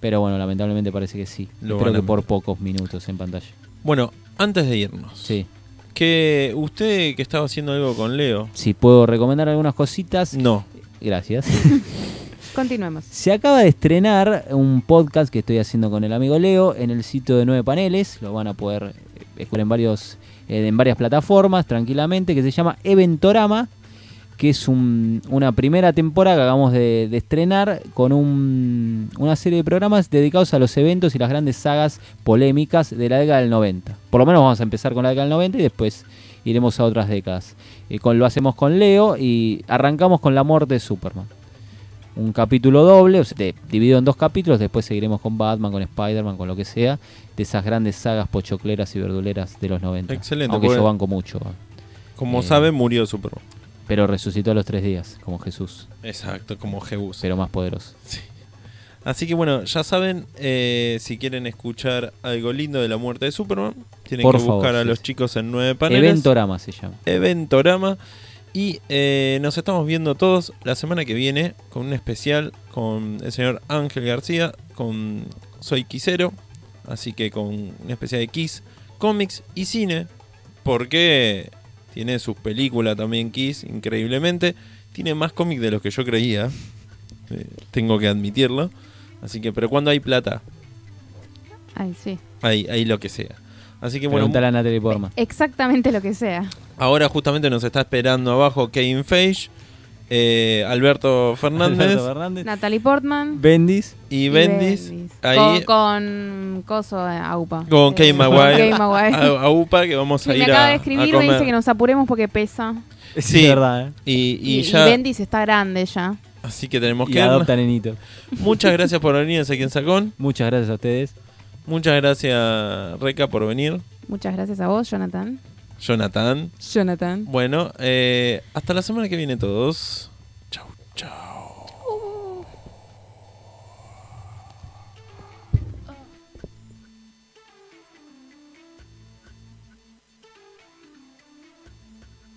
C: pero bueno, lamentablemente parece que sí.
B: Lo
C: Espero
B: van a
C: que por pocos minutos en pantalla.
B: Bueno, antes de irnos,
C: Sí.
B: que usted que estaba haciendo algo con Leo,
C: Si puedo recomendar algunas cositas.
B: no,
C: Gracias. [laughs]
A: Continuemos.
C: Se acaba de estrenar un podcast que estoy haciendo con el amigo Leo en el sitio de Nueve Paneles. Lo van a poder eh, escuchar en, varios, eh, en varias plataformas tranquilamente, que se llama Eventorama, que es un- una primera temporada que acabamos de, de estrenar con un- una serie de programas dedicados a los eventos y las grandes sagas polémicas de la década del 90. Por lo menos vamos a empezar con la década del 90 y después iremos a otras décadas. Eh, con, lo hacemos con Leo y arrancamos con la muerte de Superman un capítulo doble, o sea, de- dividido en dos capítulos, después seguiremos con Batman, con Spider-Man, con lo que sea, de esas grandes sagas pochocleras y verduleras de los 90.
B: Excelente,
C: Aunque
B: porque-
C: yo banco mucho,
B: como
C: Eh.
B: sabe, murió Superman.
C: pero resucitó a los tres días, como Jesús,
B: Exacto, como Jebus.
C: pero más poderoso.
B: Así que bueno, ya saben, eh, si quieren escuchar algo lindo de la muerte de Superman, tienen
C: Por
B: que
C: favor,
B: buscar a
C: sí,
B: los
C: sí.
B: chicos en nueve paneles.
C: Eventorama se llama.
B: Eventorama. Y eh, nos estamos viendo todos la semana que viene con un especial con el señor Ángel García, con Soy Quisero, así que con un especial de Kiss, cómics y cine, porque tiene sus películas también Kiss, increíblemente. Tiene más cómics de los que yo creía, [laughs] eh, tengo que admitirlo. Así que, pero cuando hay plata,
A: Ay, sí.
B: hay, hay lo que sea. Así que bueno,
C: Pregúntale a Natalie Portman.
A: Exactamente lo que sea.
B: Ahora justamente nos está esperando abajo Kevin Feige, eh, Alberto Fernández
C: Alberto Fernández.
A: Natalie Portman.
C: Bendis. [laughs]
B: y Bendis.
A: Con,
B: Ahí
A: con Coso eh, Aupa.
B: con
A: Eh,
B: Kevin Maguire.
A: Kevin Maguire.
B: A, a UPA que vamos a
A: Y me
B: ir
A: acaba
B: a,
A: de
B: a
A: escribir, me
B: comer.
A: dice que nos apuremos porque pesa.
B: Sí.
C: Sí, verdad, ¿eh?
B: Y, y
A: Y, y
B: ya,
A: Bendis está grande ya.
B: así que tenemos
C: Y
B: que irnos.
C: adopta nenito. [laughs]
B: Muchas gracias por venir a Sequien Sacón.
C: Muchas gracias a ustedes.
B: Muchas gracias Reca por venir.
A: Muchas gracias a vos, Jonathan.
B: Jonathan.
A: Jonathan.
B: Bueno, eh, hasta la semana que viene todos. Chau, chau.